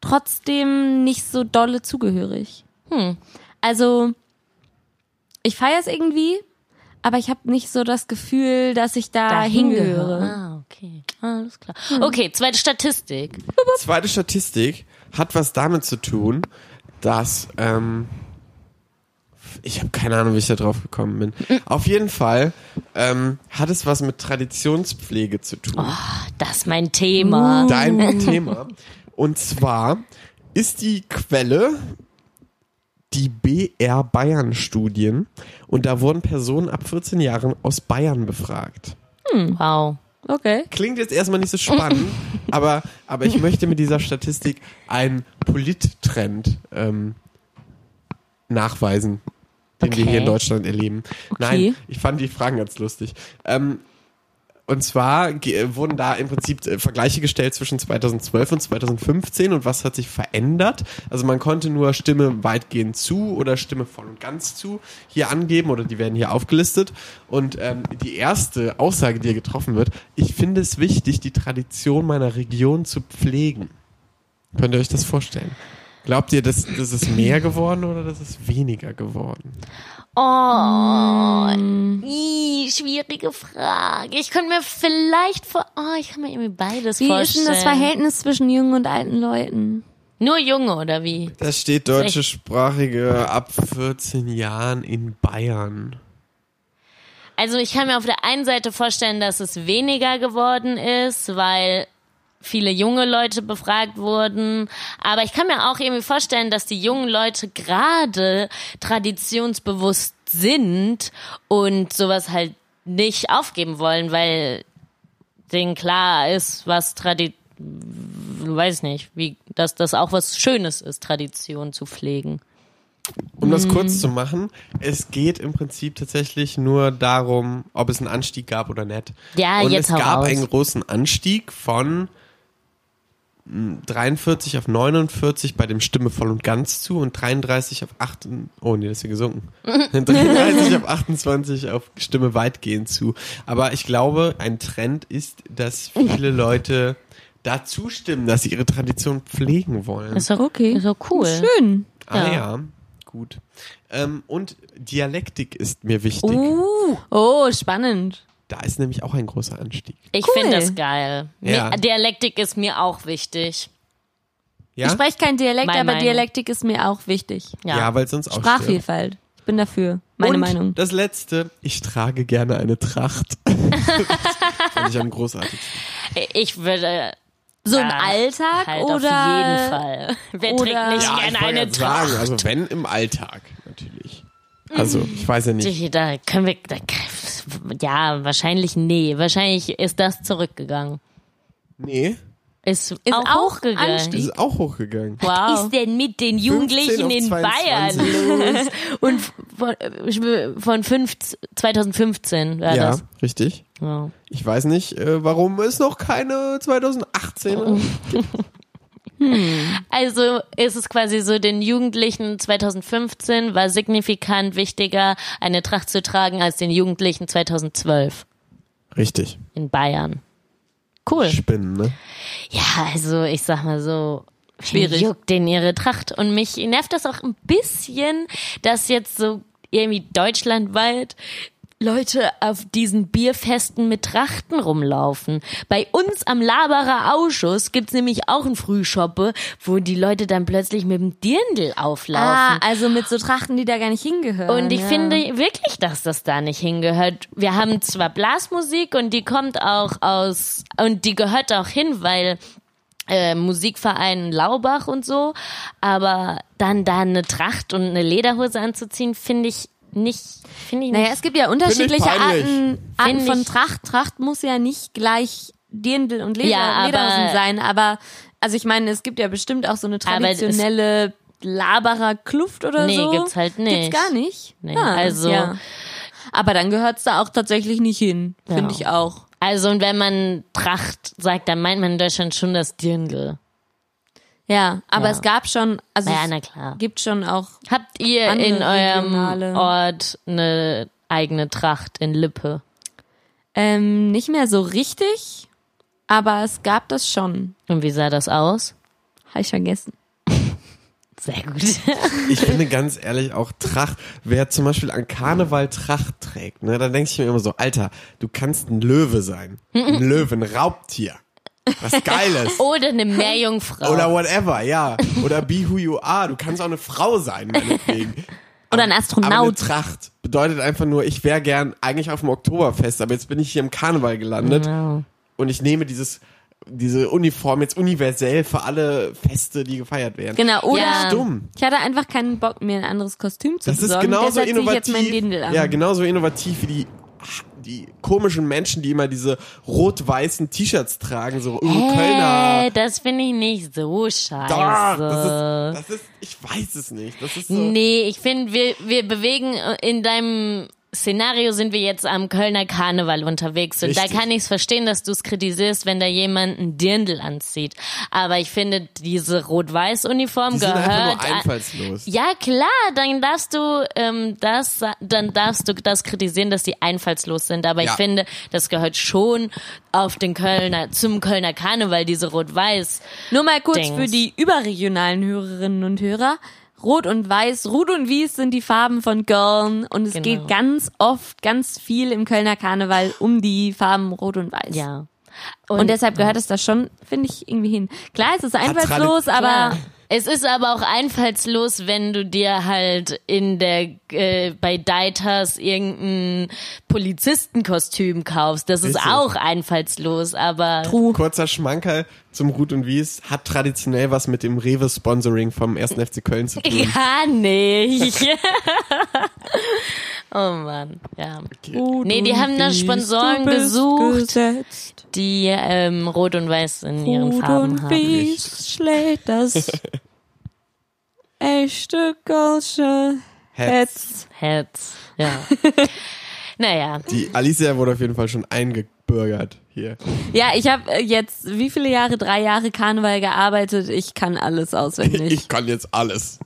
[SPEAKER 5] trotzdem nicht so dolle zugehörig. Hm. Also, ich feiere es irgendwie, aber ich habe nicht so das Gefühl, dass ich da, hingehöre. Hm.
[SPEAKER 3] Ah, okay. Alles klar. Okay, zweite Statistik.
[SPEAKER 4] Zweite Statistik hat was damit zu tun, dass ähm, ich habe keine Ahnung, wie ich da drauf gekommen bin. Auf jeden Fall ähm, hat es was mit Traditionspflege zu tun.
[SPEAKER 3] Das ist mein Thema.
[SPEAKER 4] dein Thema. Und zwar ist die Quelle die BR Bayern Studien und da wurden Personen ab 14 Jahren aus Bayern befragt.
[SPEAKER 5] Hm.
[SPEAKER 3] Wow.
[SPEAKER 5] Okay.
[SPEAKER 4] Klingt jetzt erstmal nicht so spannend, aber, aber ich möchte mit dieser Statistik einen Polittrend ähm, nachweisen, den wir
[SPEAKER 3] Okay.
[SPEAKER 4] hier in Deutschland erleben. Nein, ich fand die Fragen ganz lustig. Ähm, und zwar ge- äh, wurden da im Prinzip äh, Vergleiche gestellt zwischen 2012 und 2015 und was hat sich verändert. Also man konnte nur Stimme weitgehend zu oder Stimme voll und ganz zu hier angeben oder die werden hier aufgelistet. Und ähm, die erste Aussage, die hier getroffen wird, ich finde es wichtig, die Tradition meiner Region zu pflegen. Könnt ihr euch das vorstellen? Glaubt ihr, das, das ist mehr geworden oder das ist weniger geworden?
[SPEAKER 3] Oh,
[SPEAKER 5] Mm.
[SPEAKER 3] ii, schwierige Frage. Ich könnte mir vielleicht vor, oh, ich kann mir irgendwie beides
[SPEAKER 5] Wie ist
[SPEAKER 3] vorstellen.
[SPEAKER 5] denn das Verhältnis zwischen jungen und alten Leuten?
[SPEAKER 3] Nur Junge oder wie?
[SPEAKER 4] Da steht deutschsprachige ab 14 Jahren in Bayern.
[SPEAKER 3] Also ich kann mir auf der einen Seite vorstellen, dass es weniger geworden ist, weil viele junge Leute befragt wurden. Aber ich kann mir auch irgendwie vorstellen, dass die jungen Leute gerade traditionsbewusst sind und sowas halt nicht aufgeben wollen, weil denen klar ist, was Tradition, weiß nicht, wie, dass das auch was Schönes ist, Tradition zu pflegen.
[SPEAKER 4] Um das
[SPEAKER 3] Mhm.
[SPEAKER 4] kurz zu machen, es geht im Prinzip tatsächlich nur darum, ob es einen Anstieg gab oder nicht.
[SPEAKER 3] Ja,
[SPEAKER 4] Und
[SPEAKER 3] jetzt
[SPEAKER 4] es
[SPEAKER 3] hau
[SPEAKER 4] gab
[SPEAKER 3] raus.
[SPEAKER 4] einen großen Anstieg von mm, 43 auf 49 bei dem Stimme voll und ganz zu und 33 auf 8. Oh nee, das ist ja gesunken. 33 auf 28 auf Stimme weitgehend zu. Aber ich glaube, ein Trend ist, dass viele Leute dazu stimmen, dass sie ihre Tradition pflegen wollen.
[SPEAKER 3] Ist doch,
[SPEAKER 5] Okay.
[SPEAKER 3] ist doch cool.
[SPEAKER 5] Schön.
[SPEAKER 4] Ah
[SPEAKER 3] Ja.
[SPEAKER 4] ja, gut. Ähm, und Dialektik ist mir wichtig.
[SPEAKER 5] Uh. Oh, spannend.
[SPEAKER 4] Da ist nämlich auch ein großer Anstieg.
[SPEAKER 3] Ich
[SPEAKER 5] Cool.
[SPEAKER 3] finde das geil. Mir-
[SPEAKER 4] Ja.
[SPEAKER 3] Dialektik ist mir auch wichtig.
[SPEAKER 4] Ja,
[SPEAKER 5] Ich spreche kein Dialekt,
[SPEAKER 3] Meine
[SPEAKER 5] aber
[SPEAKER 3] Meinung.
[SPEAKER 5] Dialektik ist mir auch wichtig.
[SPEAKER 3] Ja.
[SPEAKER 4] ja. weil sonst auch stirbt.
[SPEAKER 5] Sprachvielfalt. Ich bin dafür. Meine
[SPEAKER 4] und
[SPEAKER 5] Meinung.
[SPEAKER 4] Das letzte, ich trage gerne eine Tracht. das fand ich am großartigsten.
[SPEAKER 3] Ich würde
[SPEAKER 5] So im
[SPEAKER 3] Ah,
[SPEAKER 5] Alltag
[SPEAKER 3] halt
[SPEAKER 5] oder?
[SPEAKER 3] auf jeden Fall. Wer
[SPEAKER 5] oder-
[SPEAKER 3] trägt nicht
[SPEAKER 5] Ja,
[SPEAKER 3] gerne
[SPEAKER 4] wollte
[SPEAKER 3] eine
[SPEAKER 4] grad
[SPEAKER 3] Tracht?
[SPEAKER 4] sagen, also wenn im Alltag natürlich. Also, ich weiß ja nicht.
[SPEAKER 3] Da können wir, da, ja, wahrscheinlich nee. Wahrscheinlich ist das zurückgegangen. Mhm.
[SPEAKER 4] Nee,
[SPEAKER 3] Ist, auch,
[SPEAKER 5] auch
[SPEAKER 3] hochgegangen.
[SPEAKER 5] Anstieg.
[SPEAKER 4] das ist auch hochgegangen.
[SPEAKER 3] Was ist denn mit den
[SPEAKER 4] 15
[SPEAKER 3] Jugendlichen
[SPEAKER 4] auf
[SPEAKER 3] in
[SPEAKER 4] 22.
[SPEAKER 3] Bayern los? Und von, von fünf, 2015 war
[SPEAKER 4] Ja,
[SPEAKER 3] das.
[SPEAKER 4] richtig.
[SPEAKER 3] Ja.
[SPEAKER 4] Ich weiß nicht, äh, warum es noch keine
[SPEAKER 3] Oh.
[SPEAKER 4] 2018
[SPEAKER 3] Also ist es quasi so, den Jugendlichen 2015 war signifikant wichtiger, eine Tracht zu tragen, als den Jugendlichen 2012
[SPEAKER 4] Richtig.
[SPEAKER 3] in Bayern. Cool.
[SPEAKER 4] Spinnen, ne?
[SPEAKER 3] Ja, also ich sag mal so.
[SPEAKER 5] Schwierig.
[SPEAKER 3] Juckt denen ihre Tracht. Und mich nervt das auch ein bisschen, dass jetzt so irgendwie deutschlandweit Leute auf diesen Bierfesten mit Trachten rumlaufen. Bei uns am Laberer Ausschuss gibt's nämlich auch einen Frühschoppe, wo die Leute dann plötzlich mit dem Dirndl
[SPEAKER 5] Ah,
[SPEAKER 3] auflaufen.
[SPEAKER 5] also mit so Trachten, die da gar nicht hingehören. ne?
[SPEAKER 3] Und ich
[SPEAKER 5] ja.
[SPEAKER 3] finde wirklich, dass das da nicht hingehört. Wir haben zwar Blasmusik und die kommt auch aus und die gehört auch hin, weil äh, Musikverein Laubach und so, aber dann da eine Tracht und eine Lederhose anzuziehen, finde ich nicht, finde ich
[SPEAKER 5] Naja,
[SPEAKER 3] nicht.
[SPEAKER 5] es gibt ja unterschiedliche
[SPEAKER 4] peinlich.
[SPEAKER 5] Arten, Arten
[SPEAKER 3] Find
[SPEAKER 5] von
[SPEAKER 3] ich-
[SPEAKER 5] Tracht. Tracht muss ja nicht gleich Dirndl und Leder,
[SPEAKER 3] Ja, aber-
[SPEAKER 5] Lederhosen sein, aber also ich meine, es gibt ja bestimmt auch so eine
[SPEAKER 3] Aber es-
[SPEAKER 5] traditionelle Laberer Kluft oder
[SPEAKER 3] Nee,
[SPEAKER 5] so.
[SPEAKER 3] gibt's halt nicht.
[SPEAKER 5] Gibt's gar nicht.
[SPEAKER 3] Nee,
[SPEAKER 5] Ah,
[SPEAKER 3] also-
[SPEAKER 5] Ja. Aber dann gehört's da auch tatsächlich nicht hin, finde
[SPEAKER 3] Ja.
[SPEAKER 5] ich auch.
[SPEAKER 3] Also, und wenn man Tracht sagt, dann meint man in Deutschland schon das Dirndl.
[SPEAKER 5] Ja, aber
[SPEAKER 3] Ja.
[SPEAKER 5] es gab schon, also
[SPEAKER 3] Ja,
[SPEAKER 5] es
[SPEAKER 3] na klar.
[SPEAKER 5] gibt schon auch
[SPEAKER 3] Habt ihr
[SPEAKER 5] Andere
[SPEAKER 3] in eurem
[SPEAKER 5] regionale-
[SPEAKER 3] Ort eine eigene Tracht in Lippe?
[SPEAKER 5] ähm, nicht mehr so richtig, aber es gab das schon.
[SPEAKER 3] Und wie sah das aus?
[SPEAKER 5] Habe ich vergessen.
[SPEAKER 3] Sehr gut.
[SPEAKER 4] Ich finde ganz ehrlich auch Tracht, wer zum Beispiel an Karneval Tracht trägt, ne, dann denke ich mir immer so, Alter, du kannst ein Löwe sein. Ein Löwe, ein Raubtier. Was Geiles.
[SPEAKER 3] Oder eine Meerjungfrau.
[SPEAKER 4] Oder whatever, ja. Oder be who you are. Du kannst auch eine Frau sein, meinetwegen.
[SPEAKER 5] Oder ein
[SPEAKER 4] Aber eine
[SPEAKER 5] Astronaut.
[SPEAKER 4] Tracht bedeutet einfach nur, ich wäre gern eigentlich auf dem Oktoberfest, aber jetzt bin ich hier im Karneval gelandet
[SPEAKER 3] Wow.
[SPEAKER 4] und ich nehme dieses, diese Uniform jetzt universell für alle Feste, die gefeiert werden.
[SPEAKER 5] Genau, oder
[SPEAKER 3] Ja.
[SPEAKER 4] Dumm.
[SPEAKER 5] Ich hatte einfach keinen Bock, mir ein anderes Kostüm zu
[SPEAKER 4] Das ist
[SPEAKER 5] besorgen.
[SPEAKER 4] genauso
[SPEAKER 5] Deshalb zieh ich jetzt
[SPEAKER 4] innovativ.
[SPEAKER 5] mein Dirndl an.
[SPEAKER 4] Ja, genauso innovativ wie die die komischen Menschen, die immer diese rot-weißen T-Shirts tragen, so uh, Kölner.
[SPEAKER 3] Hey, das finde ich nicht so scheiße.
[SPEAKER 4] Da, das ist, das ist, ich weiß es nicht. Das ist so.
[SPEAKER 3] Nee, ich finde, wir, wir bewegen äh, in deinem Szenario sind wir jetzt am Kölner Karneval unterwegs und
[SPEAKER 4] Richtig.
[SPEAKER 3] da kann ich es verstehen, dass du es kritisierst, wenn da jemand einen Dirndl anzieht. Aber ich finde, diese Rot-Weiß-Uniform
[SPEAKER 4] Die sind einfach
[SPEAKER 3] gehört.
[SPEAKER 4] nur einfallslos.
[SPEAKER 3] ja klar, dann darfst du ähm, das, sa- dann darfst du das kritisieren, dass die einfallslos sind. Aber
[SPEAKER 4] Ja.
[SPEAKER 3] ich finde, das gehört schon auf den Kölner zum Kölner Karneval diese Rot-Weiß.
[SPEAKER 5] Nur mal kurz
[SPEAKER 3] Dings.
[SPEAKER 5] für die überregionalen Hörerinnen und Hörer. Rot und Weiß, Rot und Wies sind die Farben von Köln und es
[SPEAKER 3] Genau.
[SPEAKER 5] geht ganz oft, ganz viel im Kölner Karneval um die Farben Rot und Weiß.
[SPEAKER 3] Ja.
[SPEAKER 5] Und deshalb gehört es da schon, finde ich, irgendwie hin. Klar, es ist einfallslos,
[SPEAKER 4] Tradition.
[SPEAKER 5] aber
[SPEAKER 3] Aber es ist aber auch einfallslos, wenn du dir halt in der äh, bei Deitas irgendein Polizistenkostüm kaufst. Das ist
[SPEAKER 4] Richtig.
[SPEAKER 3] auch einfallslos, aber
[SPEAKER 4] Kurzer Schmankerl zum Ruth und Wies hat traditionell was mit dem Rewe-Sponsoring vom 1. FC Köln zu tun.
[SPEAKER 3] gar nicht. oh Mann, ja.
[SPEAKER 5] Rot
[SPEAKER 3] Nee, die
[SPEAKER 5] und
[SPEAKER 3] haben da
[SPEAKER 5] Wies, du
[SPEAKER 3] Sponsoren
[SPEAKER 5] bist
[SPEAKER 3] gesucht.
[SPEAKER 5] Gesetzt.
[SPEAKER 3] Die ähm, rot und weiß in ihren
[SPEAKER 5] Rot
[SPEAKER 3] Farben
[SPEAKER 5] und
[SPEAKER 3] haben.
[SPEAKER 5] Wies schlägt das echte Golsche
[SPEAKER 4] Hetz.
[SPEAKER 5] Hetz.
[SPEAKER 3] Heads. Ja. naja.
[SPEAKER 4] Die Alicia wurde auf jeden Fall schon eingebürgert hier.
[SPEAKER 5] Ja, ich habe jetzt wie viele Jahre? Drei Jahre Karneval gearbeitet. Ich kann alles auswendig.
[SPEAKER 4] Ich kann jetzt alles.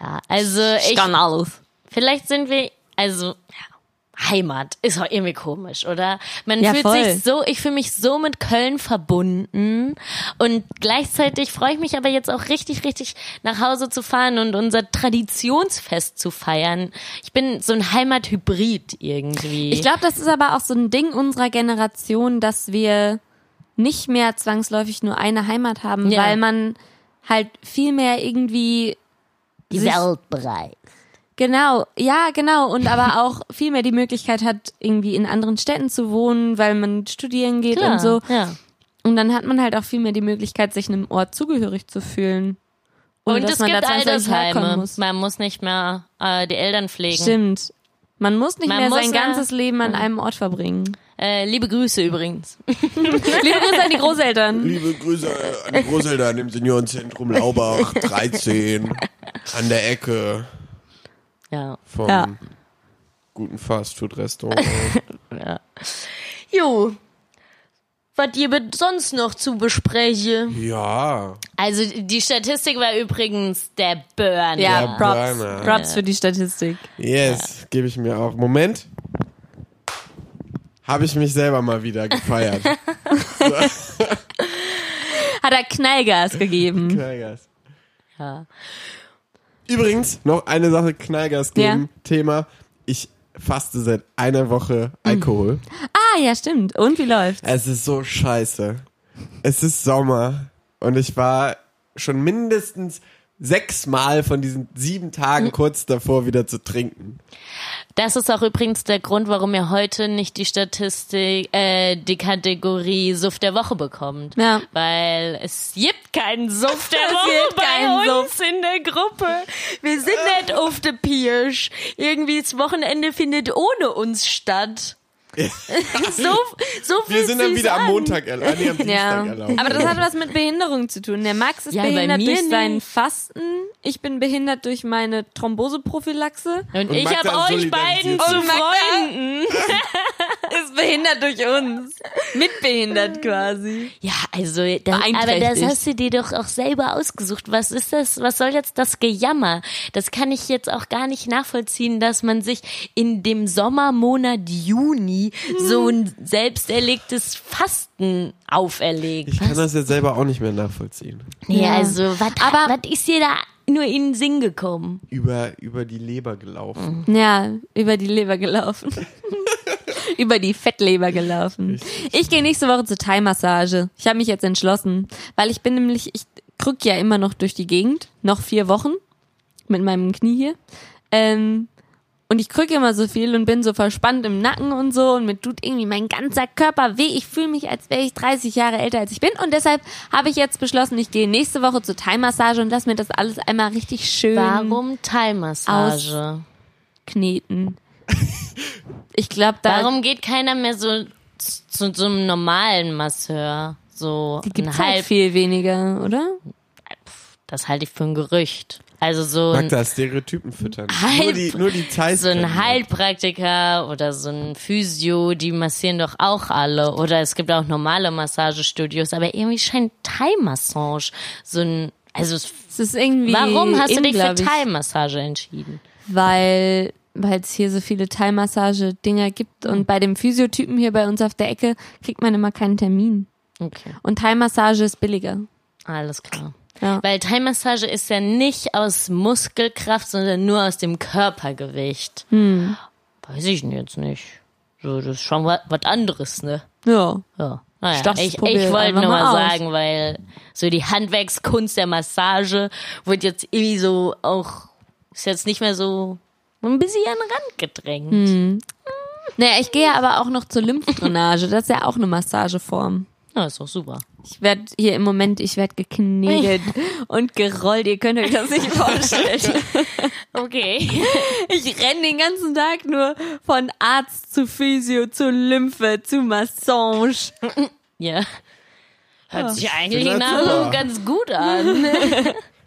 [SPEAKER 3] Ja, also
[SPEAKER 5] Ich
[SPEAKER 3] ich
[SPEAKER 5] kann alles.
[SPEAKER 3] Vielleicht sind wir, also ja, Heimat ist auch irgendwie komisch, oder? Man
[SPEAKER 5] Ja,
[SPEAKER 3] fühlt
[SPEAKER 5] voll.
[SPEAKER 3] sich so, ich fühle mich so mit Köln verbunden und gleichzeitig freue ich mich aber jetzt auch richtig, richtig nach Hause zu fahren und unser Traditionsfest zu feiern. Ich bin so ein Heimathybrid irgendwie.
[SPEAKER 5] Ich glaube, das ist aber auch so ein Ding unserer Generation, dass wir nicht mehr zwangsläufig nur eine Heimat haben,
[SPEAKER 3] Ja.
[SPEAKER 5] weil man halt viel mehr irgendwie
[SPEAKER 3] die
[SPEAKER 5] sich-
[SPEAKER 3] Welt bereit.
[SPEAKER 5] Genau, ja, genau. Und aber auch viel mehr die Möglichkeit hat, irgendwie in anderen Städten zu wohnen, weil man studieren geht
[SPEAKER 3] Klar,
[SPEAKER 5] und so.
[SPEAKER 3] ja.
[SPEAKER 5] Und dann hat man halt auch viel mehr die Möglichkeit, sich einem Ort zugehörig zu fühlen. Ohne,
[SPEAKER 3] Und
[SPEAKER 5] dass
[SPEAKER 3] es
[SPEAKER 5] man da
[SPEAKER 3] gibt
[SPEAKER 5] zwangsläufig herkommen
[SPEAKER 3] Altersheime.
[SPEAKER 5] muss.
[SPEAKER 3] Man muss nicht mehr äh, die Eltern pflegen.
[SPEAKER 5] Stimmt. Man muss nicht
[SPEAKER 3] Man
[SPEAKER 5] mehr
[SPEAKER 3] muss
[SPEAKER 5] sein
[SPEAKER 3] ja-
[SPEAKER 5] ganzes Leben an einem Ort verbringen.
[SPEAKER 3] Äh, liebe Grüße übrigens.
[SPEAKER 5] Liebe Grüße an die Großeltern.
[SPEAKER 4] Liebe Grüße an die Großeltern im Seniorenzentrum Laubach 13 an der Ecke
[SPEAKER 3] Ja.
[SPEAKER 4] vom
[SPEAKER 5] Ja.
[SPEAKER 4] guten Fastfood-Restaurant.
[SPEAKER 3] Jo. Was gibt sonst noch zu besprechen?
[SPEAKER 4] ja.
[SPEAKER 3] Also die Statistik war übrigens der Burner.
[SPEAKER 5] Ja,
[SPEAKER 4] Ja,
[SPEAKER 5] Props.
[SPEAKER 4] Burner.
[SPEAKER 5] Props für die Statistik.
[SPEAKER 4] Yes, gebe ich mir auch. Moment. Habe ich mich selber mal wieder gefeiert.
[SPEAKER 5] Hat er Knallgas gegeben.
[SPEAKER 4] Knallgas.
[SPEAKER 3] Ja.
[SPEAKER 4] Übrigens, noch eine Sache, Knallgas geben, Thema. Ich faste seit einer Woche Alkohol.
[SPEAKER 5] Ah, ja, stimmt. Und wie läuft's?
[SPEAKER 4] Es ist so scheiße. Es ist Sommer und ich war schon mindestens sechsmal von diesen sieben Tagen kurz davor wieder zu trinken.
[SPEAKER 3] Das ist auch übrigens der Grund, warum ihr heute nicht die Statistik, äh, die Kategorie Suff der Woche bekommt.
[SPEAKER 5] Ja.
[SPEAKER 3] Weil es gibt keinen Suff der
[SPEAKER 5] Es
[SPEAKER 3] Woche
[SPEAKER 5] gibt keinen Äh.
[SPEAKER 3] bei uns in der Gruppe. Wir sind nicht auf der Pirsch. Irgendwie das Wochenende findet ohne uns statt. so, so viel
[SPEAKER 4] Wir sind dann
[SPEAKER 3] sie
[SPEAKER 4] wieder am
[SPEAKER 3] sagen.
[SPEAKER 4] Montag erlaubt, nee, am Dienstag
[SPEAKER 5] Ja,
[SPEAKER 4] erlaubt.
[SPEAKER 5] aber das hat was mit Behinderung zu tun. Der Max ist
[SPEAKER 3] Ja, bei
[SPEAKER 5] behindert
[SPEAKER 3] mir
[SPEAKER 5] durch
[SPEAKER 3] nicht.
[SPEAKER 5] sein Fasten. Ich bin behindert durch meine Thromboseprophylaxe.
[SPEAKER 3] Und,
[SPEAKER 4] Und
[SPEAKER 3] ich
[SPEAKER 4] Magda
[SPEAKER 3] habe euch
[SPEAKER 4] solidarisiert
[SPEAKER 3] beiden
[SPEAKER 4] sich.
[SPEAKER 3] zu
[SPEAKER 5] Und Magda-
[SPEAKER 3] Freunden.
[SPEAKER 5] Ist behindert durch uns. Mitbehindert quasi.
[SPEAKER 3] Ja, also, das, aber das
[SPEAKER 5] Beeinträchtigt.
[SPEAKER 3] hast du dir doch auch selber ausgesucht. Was ist das? Was soll jetzt das Gejammer? Das kann ich jetzt auch gar nicht nachvollziehen, dass man sich in dem Sommermonat Juni so ein selbst erlegtes Fasten auferlegt.
[SPEAKER 4] Ich kann das jetzt selber auch nicht mehr nachvollziehen.
[SPEAKER 3] Nee,
[SPEAKER 5] Ja.
[SPEAKER 3] also, was
[SPEAKER 5] Aber-
[SPEAKER 3] was ist dir da nur in den Sinn gekommen?
[SPEAKER 4] Über, über die Leber gelaufen.
[SPEAKER 5] Ja, über die Leber gelaufen. über die Fettleber gelaufen. Ich gehe nächste Woche zur Thai-Massage. Ich habe mich jetzt entschlossen, weil ich bin nämlich, ich krück ja immer noch durch die Gegend. Noch vier Wochen mit meinem Knie hier. Ähm, und ich krücke immer so viel und bin so verspannt im Nacken und so und mir tut irgendwie mein ganzer Körper weh. Ich fühle mich, als wäre ich 30 Jahre älter, als ich bin. Und deshalb habe ich jetzt beschlossen, ich gehe nächste Woche zur Thai-Massage und lass mir das alles einmal richtig schön
[SPEAKER 3] Warum Thai-Massage?
[SPEAKER 5] kneten. Ich glaube, da
[SPEAKER 3] Warum geht keiner mehr so zu, zu so einem normalen Masseur? So
[SPEAKER 5] gibt es
[SPEAKER 3] ein
[SPEAKER 5] halt
[SPEAKER 3] halb
[SPEAKER 5] viel weniger, oder?
[SPEAKER 3] Das halte ich für ein Gerücht. Also so ein,
[SPEAKER 4] Magda, Stereotypen füttern.
[SPEAKER 3] Halb-
[SPEAKER 4] nur die, nur die Thais
[SPEAKER 3] so ein
[SPEAKER 4] können
[SPEAKER 3] Heilpraktiker oder so ein Physio, die massieren doch auch alle. Oder es gibt auch normale Massagestudios, aber irgendwie scheint Thai-Massage so ein. Also es-
[SPEAKER 5] Es ist irgendwie.
[SPEAKER 3] warum hast
[SPEAKER 5] in,
[SPEAKER 3] du dich für
[SPEAKER 5] glaub ich.
[SPEAKER 3] Thai-Massage entschieden?
[SPEAKER 5] Weil weil es hier so viele Thai-Massage-Dinger gibt und bei dem Physiotypen hier bei uns auf der Ecke kriegt man immer keinen Termin.
[SPEAKER 3] Okay,
[SPEAKER 5] Und Thai-Massage ist billiger.
[SPEAKER 3] alles klar.
[SPEAKER 5] Ja.
[SPEAKER 3] Weil Thai-Massage ist ja nicht aus Muskelkraft, sondern nur aus dem Körpergewicht.
[SPEAKER 5] Hm.
[SPEAKER 3] Weiß ich jetzt nicht. So, das ist schon was anderes, ne?
[SPEAKER 5] ja.
[SPEAKER 3] Ja. Naja,
[SPEAKER 5] Ich dachte,
[SPEAKER 3] ich
[SPEAKER 5] ich
[SPEAKER 3] ich,
[SPEAKER 5] probier
[SPEAKER 3] wollte
[SPEAKER 5] einfach
[SPEAKER 3] nur mal
[SPEAKER 5] mal aus.
[SPEAKER 3] sagen, weil so die Handwerkskunst der Massage wird jetzt irgendwie so auch, ist jetzt nicht mehr so ein bisschen an den Rand gedrängt.
[SPEAKER 5] Hm. Naja, ich gehe ja aber auch noch zur Lymphdrainage. Das ist ja auch eine Massageform.
[SPEAKER 3] Ja, ist doch super.
[SPEAKER 5] Ich werde hier im Moment, ich werde geknebelt und gerollt. Ihr könnt euch das nicht vorstellen.
[SPEAKER 3] Okay.
[SPEAKER 5] Ich renne den ganzen Tag nur von Arzt zu Physio, zu Lymphe, zu Massage.
[SPEAKER 3] ja. Hört sich eigentlich
[SPEAKER 4] Klingt
[SPEAKER 3] nach
[SPEAKER 4] super.
[SPEAKER 3] einem ganz gut an.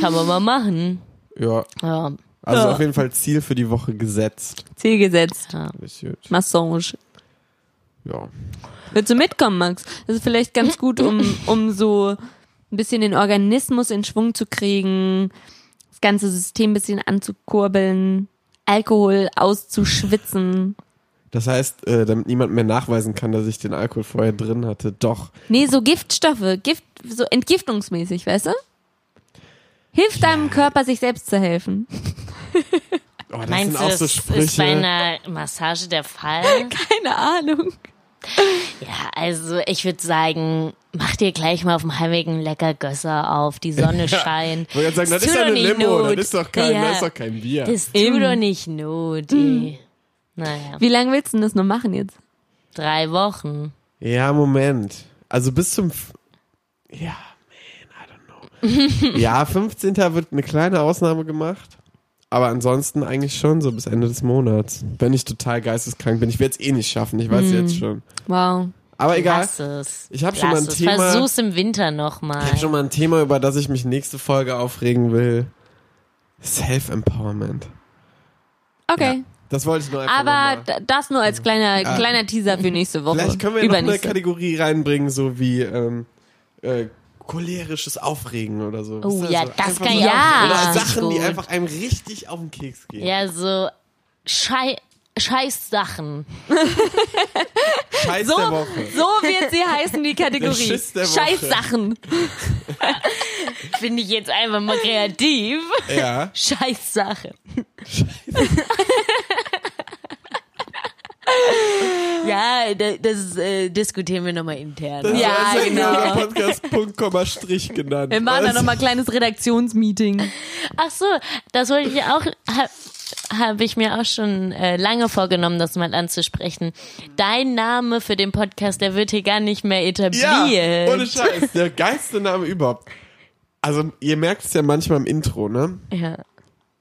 [SPEAKER 3] Kann man mal machen.
[SPEAKER 4] Ja,
[SPEAKER 3] Ja.
[SPEAKER 4] also
[SPEAKER 5] Ja.
[SPEAKER 4] auf jeden Fall Ziel für die Woche gesetzt.
[SPEAKER 5] Ziel gesetzt.
[SPEAKER 4] Ist gut.
[SPEAKER 5] Massage.
[SPEAKER 4] Ja.
[SPEAKER 5] Willst du mitkommen, Max? Das ist vielleicht ganz gut, um, um so ein bisschen den Organismus in Schwung zu kriegen, das ganze System ein bisschen anzukurbeln, Alkohol auszuschwitzen.
[SPEAKER 4] Das heißt, äh, damit niemand mehr nachweisen kann, dass ich den Alkohol vorher drin hatte, doch.
[SPEAKER 5] Nee, so Giftstoffe, Gift, so entgiftungsmäßig, weißt du? Hilft deinem Körper, sich selbst zu helfen.
[SPEAKER 4] Oh, das
[SPEAKER 3] Meinst
[SPEAKER 4] sind
[SPEAKER 3] du,
[SPEAKER 4] auch
[SPEAKER 3] das
[SPEAKER 4] so
[SPEAKER 3] ist bei
[SPEAKER 4] Sprüche.
[SPEAKER 3] einer Massage der Fall?
[SPEAKER 5] Keine Ahnung.
[SPEAKER 3] Ja, also ich würde sagen, mach dir gleich mal auf dem Heimweg einen lecker Gösser auf, die Sonne scheint.
[SPEAKER 4] Ich wollte gerade sagen, das
[SPEAKER 3] Tut
[SPEAKER 4] ist ja
[SPEAKER 3] doch
[SPEAKER 4] eine
[SPEAKER 3] nicht
[SPEAKER 4] Limo,
[SPEAKER 3] Not.
[SPEAKER 4] das ist doch kein,
[SPEAKER 3] Ja.
[SPEAKER 4] das ist doch kein Hm. Bier.
[SPEAKER 3] Das tut
[SPEAKER 5] Eben.
[SPEAKER 3] doch nicht Not, ey. Naja,
[SPEAKER 5] Wie lange willst du denn das noch machen jetzt?
[SPEAKER 3] drei Wochen.
[SPEAKER 4] Ja, Moment. Also bis zum. F ja, man, I don't know. ja, 15. wird eine kleine Ausnahme gemacht. Aber ansonsten eigentlich schon so bis Ende des Monats. Wenn ich total geisteskrank bin. Ich werde es eh nicht schaffen. Ich
[SPEAKER 3] Hm.
[SPEAKER 4] weiß jetzt schon.
[SPEAKER 5] Wow.
[SPEAKER 4] Aber egal.
[SPEAKER 3] Lass es.
[SPEAKER 4] Ich hab schon mal
[SPEAKER 3] Lass
[SPEAKER 4] ein
[SPEAKER 3] es.
[SPEAKER 4] Thema-
[SPEAKER 3] Versuch's im Winter
[SPEAKER 4] Ich
[SPEAKER 3] nochmal.
[SPEAKER 4] habe schon mal ein Thema, über das ich mich nächste Folge aufregen will. Self-Empowerment.
[SPEAKER 5] Okay.
[SPEAKER 4] Das wollte ich nur einfach
[SPEAKER 5] Aber
[SPEAKER 4] noch mal.
[SPEAKER 5] d- das nur als kleiner, kleiner Teaser für nächste Woche.
[SPEAKER 4] Vielleicht können wir noch eine
[SPEAKER 5] Übernächste.
[SPEAKER 4] Kategorie reinbringen, so wie ähm, äh, cholerisches Aufregen oder so.
[SPEAKER 3] Oh
[SPEAKER 4] Wisst ihr,
[SPEAKER 3] ja,
[SPEAKER 4] so
[SPEAKER 3] das
[SPEAKER 4] einfach
[SPEAKER 3] kann
[SPEAKER 4] so
[SPEAKER 3] ich
[SPEAKER 5] Ja.
[SPEAKER 3] auch.
[SPEAKER 4] Oder
[SPEAKER 5] Ah,
[SPEAKER 3] richtig
[SPEAKER 4] Sachen, die
[SPEAKER 3] gut.
[SPEAKER 4] einfach einem richtig auf den Keks gehen.
[SPEAKER 3] Ja, so Schei scheiß Sachen.
[SPEAKER 4] Scheiß
[SPEAKER 5] So,
[SPEAKER 4] der Woche.
[SPEAKER 5] so wird sie heißen, die
[SPEAKER 4] Der
[SPEAKER 5] Kategorie.
[SPEAKER 4] Schiss der Woche.
[SPEAKER 5] Scheiß Sachen.
[SPEAKER 3] Finde ich jetzt einfach mal kreativ.
[SPEAKER 4] Ja.
[SPEAKER 3] Scheiß Sache. Ja, da- das äh, diskutieren wir nochmal intern.
[SPEAKER 4] Das
[SPEAKER 5] Ja,
[SPEAKER 4] ist in
[SPEAKER 5] genau.
[SPEAKER 4] unserem Podcast Punkt, Komma, Strich genannt.
[SPEAKER 5] Wir machen da
[SPEAKER 4] Also,
[SPEAKER 5] nochmal ein kleines Redaktionsmeeting.
[SPEAKER 3] Ach so, das wollte ich auch, habe hab ich mir auch schon äh, lange vorgenommen, das mal anzusprechen. Dein Name für den Podcast, der wird hier gar nicht mehr
[SPEAKER 4] Ja,
[SPEAKER 3] etabliert.
[SPEAKER 4] ohne Scheiß. Der geilste Name überhaupt. Also, ihr merkt es ja manchmal im Intro, ne?
[SPEAKER 3] ja.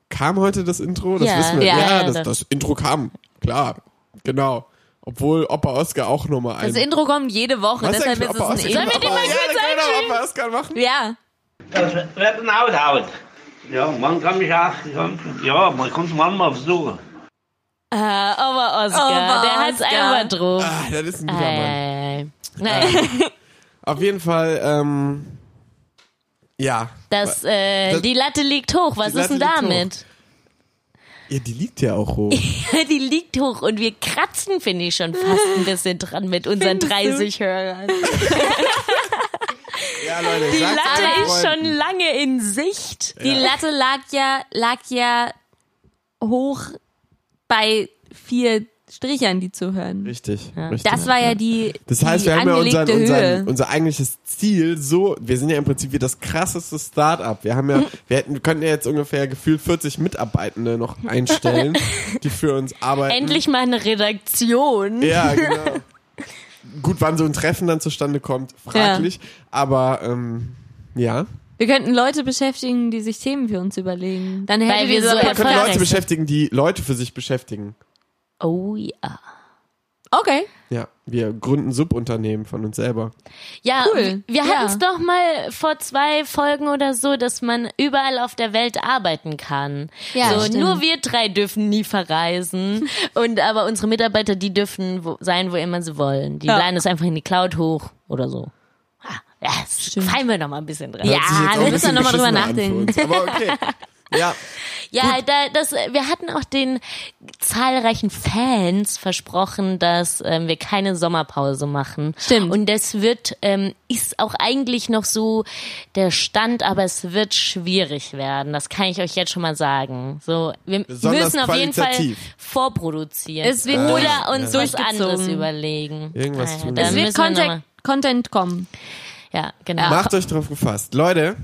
[SPEAKER 4] Kam heute das Intro? Das
[SPEAKER 3] Ja.
[SPEAKER 4] wissen wir.
[SPEAKER 3] Ja,
[SPEAKER 4] Ja,
[SPEAKER 3] ja,
[SPEAKER 4] das,
[SPEAKER 3] das-
[SPEAKER 4] das Intro kam. Klar. Genau. Obwohl Opa Oscar auch nochmal ein.
[SPEAKER 5] Das Intro kommt jede Woche,
[SPEAKER 4] Was
[SPEAKER 5] deshalb
[SPEAKER 4] eigentlich
[SPEAKER 5] ist es
[SPEAKER 4] mit Opa
[SPEAKER 5] ein
[SPEAKER 4] Oscar?
[SPEAKER 5] Intro.
[SPEAKER 3] Sollen wir den mal
[SPEAKER 4] ja,
[SPEAKER 3] kurz
[SPEAKER 4] da kann
[SPEAKER 3] einspielen?
[SPEAKER 4] doch Opa Oscar machen.
[SPEAKER 5] Ja.
[SPEAKER 2] Das wird ein Outhout. Ja, man kann mich auch, ja, man kann manchmal versuchen.
[SPEAKER 3] Ah, aber Oscar,
[SPEAKER 5] Aber
[SPEAKER 3] der hat's
[SPEAKER 5] Oscar.
[SPEAKER 3] einfach drauf.
[SPEAKER 4] Ah, das ist ein guter Mann.
[SPEAKER 3] Ei. Nein,
[SPEAKER 4] Auf jeden Fall, ähm, ja.
[SPEAKER 3] das, äh,
[SPEAKER 4] Das-
[SPEAKER 3] die Latte liegt hoch. Was
[SPEAKER 4] Die
[SPEAKER 3] ist denn
[SPEAKER 4] Latte liegt
[SPEAKER 3] damit?
[SPEAKER 4] ja, die liegt ja auch hoch.
[SPEAKER 3] Die liegt hoch und wir kratzen, finde ich, schon fast ein bisschen dran mit unseren 30 Hörern.
[SPEAKER 4] ja, Leute,
[SPEAKER 3] Die Latte ist schon lange in Sicht.
[SPEAKER 5] Die
[SPEAKER 4] Ja.
[SPEAKER 5] Latte lag ja, lag ja hoch bei vier Strichern, die zu hören.
[SPEAKER 4] Richtig, richtig.
[SPEAKER 5] Das war ja die,
[SPEAKER 4] Das heißt,
[SPEAKER 5] die
[SPEAKER 4] wir haben ja
[SPEAKER 5] angelegte
[SPEAKER 4] unseren, unseren,
[SPEAKER 5] Höhe.
[SPEAKER 4] unser eigentliches Ziel so, wir sind ja im Prinzip wie das krasseste Start-up. Wir haben ja, wir hätten, wir könnten ja jetzt ungefähr gefühlt 40 Mitarbeitende noch einstellen, die für uns arbeiten.
[SPEAKER 3] Endlich mal eine Redaktion.
[SPEAKER 4] Ja, genau. Gut, wann so ein Treffen dann zustande kommt, fraglich. Aber, ähm, ja.
[SPEAKER 5] Wir könnten Leute beschäftigen, die sich Themen für uns überlegen. Dann hätte
[SPEAKER 3] Weil wir
[SPEAKER 5] dieser
[SPEAKER 3] so
[SPEAKER 4] Wir können
[SPEAKER 5] Podcast-
[SPEAKER 4] Leute
[SPEAKER 3] Verrechnet.
[SPEAKER 4] beschäftigen, die Leute für sich beschäftigen.
[SPEAKER 3] Oh ja.
[SPEAKER 5] Okay.
[SPEAKER 4] Ja, wir gründen Subunternehmen von uns selber.
[SPEAKER 3] Ja,
[SPEAKER 5] Cool.
[SPEAKER 3] wir hatten es
[SPEAKER 5] Ja.
[SPEAKER 3] doch mal vor zwei Folgen oder so, dass man überall auf der Welt arbeiten kann.
[SPEAKER 5] Ja,
[SPEAKER 3] so,
[SPEAKER 5] stimmt.
[SPEAKER 3] nur wir drei dürfen nie verreisen. und aber unsere Mitarbeiter, die dürfen wo, sein, wo immer sie wollen. Die
[SPEAKER 5] Ja.
[SPEAKER 3] laden es einfach in die Cloud hoch oder so. Ah, Ja,
[SPEAKER 5] Stimmt.
[SPEAKER 3] fallen wir noch mal ein bisschen dran.
[SPEAKER 5] Ja,
[SPEAKER 4] Hört sich jetzt auch
[SPEAKER 5] wir
[SPEAKER 4] ein
[SPEAKER 5] müssen da
[SPEAKER 4] bisschen
[SPEAKER 5] nochmal drüber
[SPEAKER 4] beschissener an für
[SPEAKER 5] nachdenken.
[SPEAKER 4] uns, Aber okay. Ja,
[SPEAKER 3] Ja, da, das, äh, wir hatten auch den zahlreichen Fans versprochen, dass ähm, wir keine Sommerpause machen.
[SPEAKER 5] Stimmt.
[SPEAKER 3] Und das wird, ähm, ist auch eigentlich noch so der Stand, aber es wird schwierig werden. Das kann ich euch jetzt schon mal sagen. So, wir
[SPEAKER 4] Besonders
[SPEAKER 3] müssen auf jeden Fall
[SPEAKER 4] qualitativ.
[SPEAKER 3] vorproduzieren.
[SPEAKER 5] Es wird durch-
[SPEAKER 3] Oder uns was
[SPEAKER 5] durchgezogen.
[SPEAKER 3] anderes überlegen.
[SPEAKER 4] Irgendwas tun
[SPEAKER 3] da
[SPEAKER 5] Es
[SPEAKER 3] müssen
[SPEAKER 5] wird
[SPEAKER 3] wir noch mal-
[SPEAKER 5] Content, Content kommen.
[SPEAKER 3] Ja, genau.
[SPEAKER 4] macht euch drauf gefasst. Leute,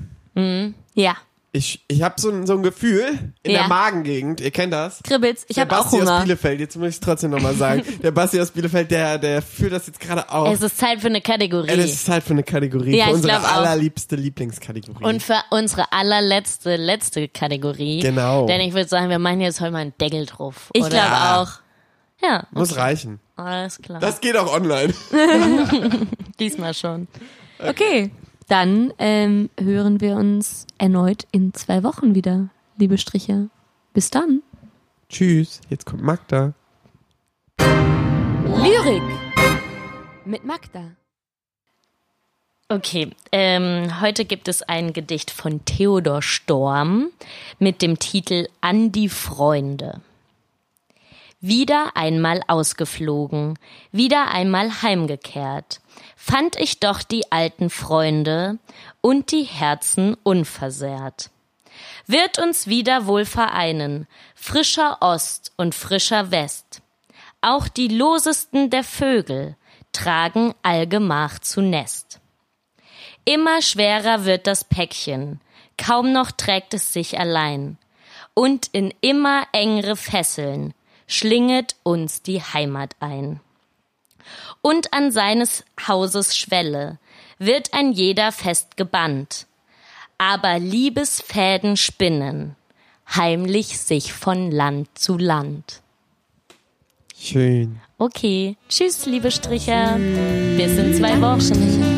[SPEAKER 5] Ja.
[SPEAKER 4] ich, ich habe so ein, so ein Gefühl in
[SPEAKER 5] Ja.
[SPEAKER 4] der Magengegend, ihr kennt das.
[SPEAKER 5] Kribbitz, ich
[SPEAKER 4] der
[SPEAKER 5] habe auch
[SPEAKER 4] Basti aus
[SPEAKER 5] Hunger.
[SPEAKER 4] Bielefeld, jetzt muss ich trotzdem nochmal sagen. Der Basti aus Bielefeld, der, der führt das jetzt gerade auf.
[SPEAKER 3] Es ist Zeit für eine Kategorie.
[SPEAKER 4] Ey, das ist halt für eine Kategorie,
[SPEAKER 5] Ja,
[SPEAKER 4] für
[SPEAKER 5] ich
[SPEAKER 4] unsere
[SPEAKER 5] glaub auch.
[SPEAKER 4] allerliebste Lieblingskategorie.
[SPEAKER 3] Und für unsere allerletzte, letzte Kategorie.
[SPEAKER 4] Genau.
[SPEAKER 3] Denn ich würde sagen, wir machen jetzt heute mal einen Deckel drauf.
[SPEAKER 5] Ich
[SPEAKER 3] oder?
[SPEAKER 5] glaube auch.
[SPEAKER 3] Ja,
[SPEAKER 4] Muss reichen.
[SPEAKER 3] alles klar.
[SPEAKER 4] Das geht auch online.
[SPEAKER 3] Diesmal schon.
[SPEAKER 5] Okay. Dann ähm, hören wir uns erneut in zwei Wochen wieder, liebe Stricher. Bis dann.
[SPEAKER 4] Tschüss, jetzt kommt Magda.
[SPEAKER 5] Lyrik. Mit Magda.
[SPEAKER 3] Okay, ähm, heute gibt es ein Gedicht von Theodor Storm mit dem Titel An die Freunde. Wieder einmal ausgeflogen, wieder einmal heimgekehrt, fand ich doch die alten Freunde und die Herzen unversehrt. Wird uns wieder wohl vereinen, frischer Ost und frischer West. Auch die losesten der Vögel tragen allgemach zu Nest. Immer schwerer wird das Päckchen, kaum noch trägt es sich allein. Und in immer engere Fesseln schlinget uns die Heimat ein. Und an seines Hauses Schwelle wird ein jeder fest gebannt, aber Liebesfäden spinnen, heimlich sich von Land zu Land.
[SPEAKER 4] Schön.
[SPEAKER 3] Okay, tschüss, liebe Stricher. Bis in zwei Wochen.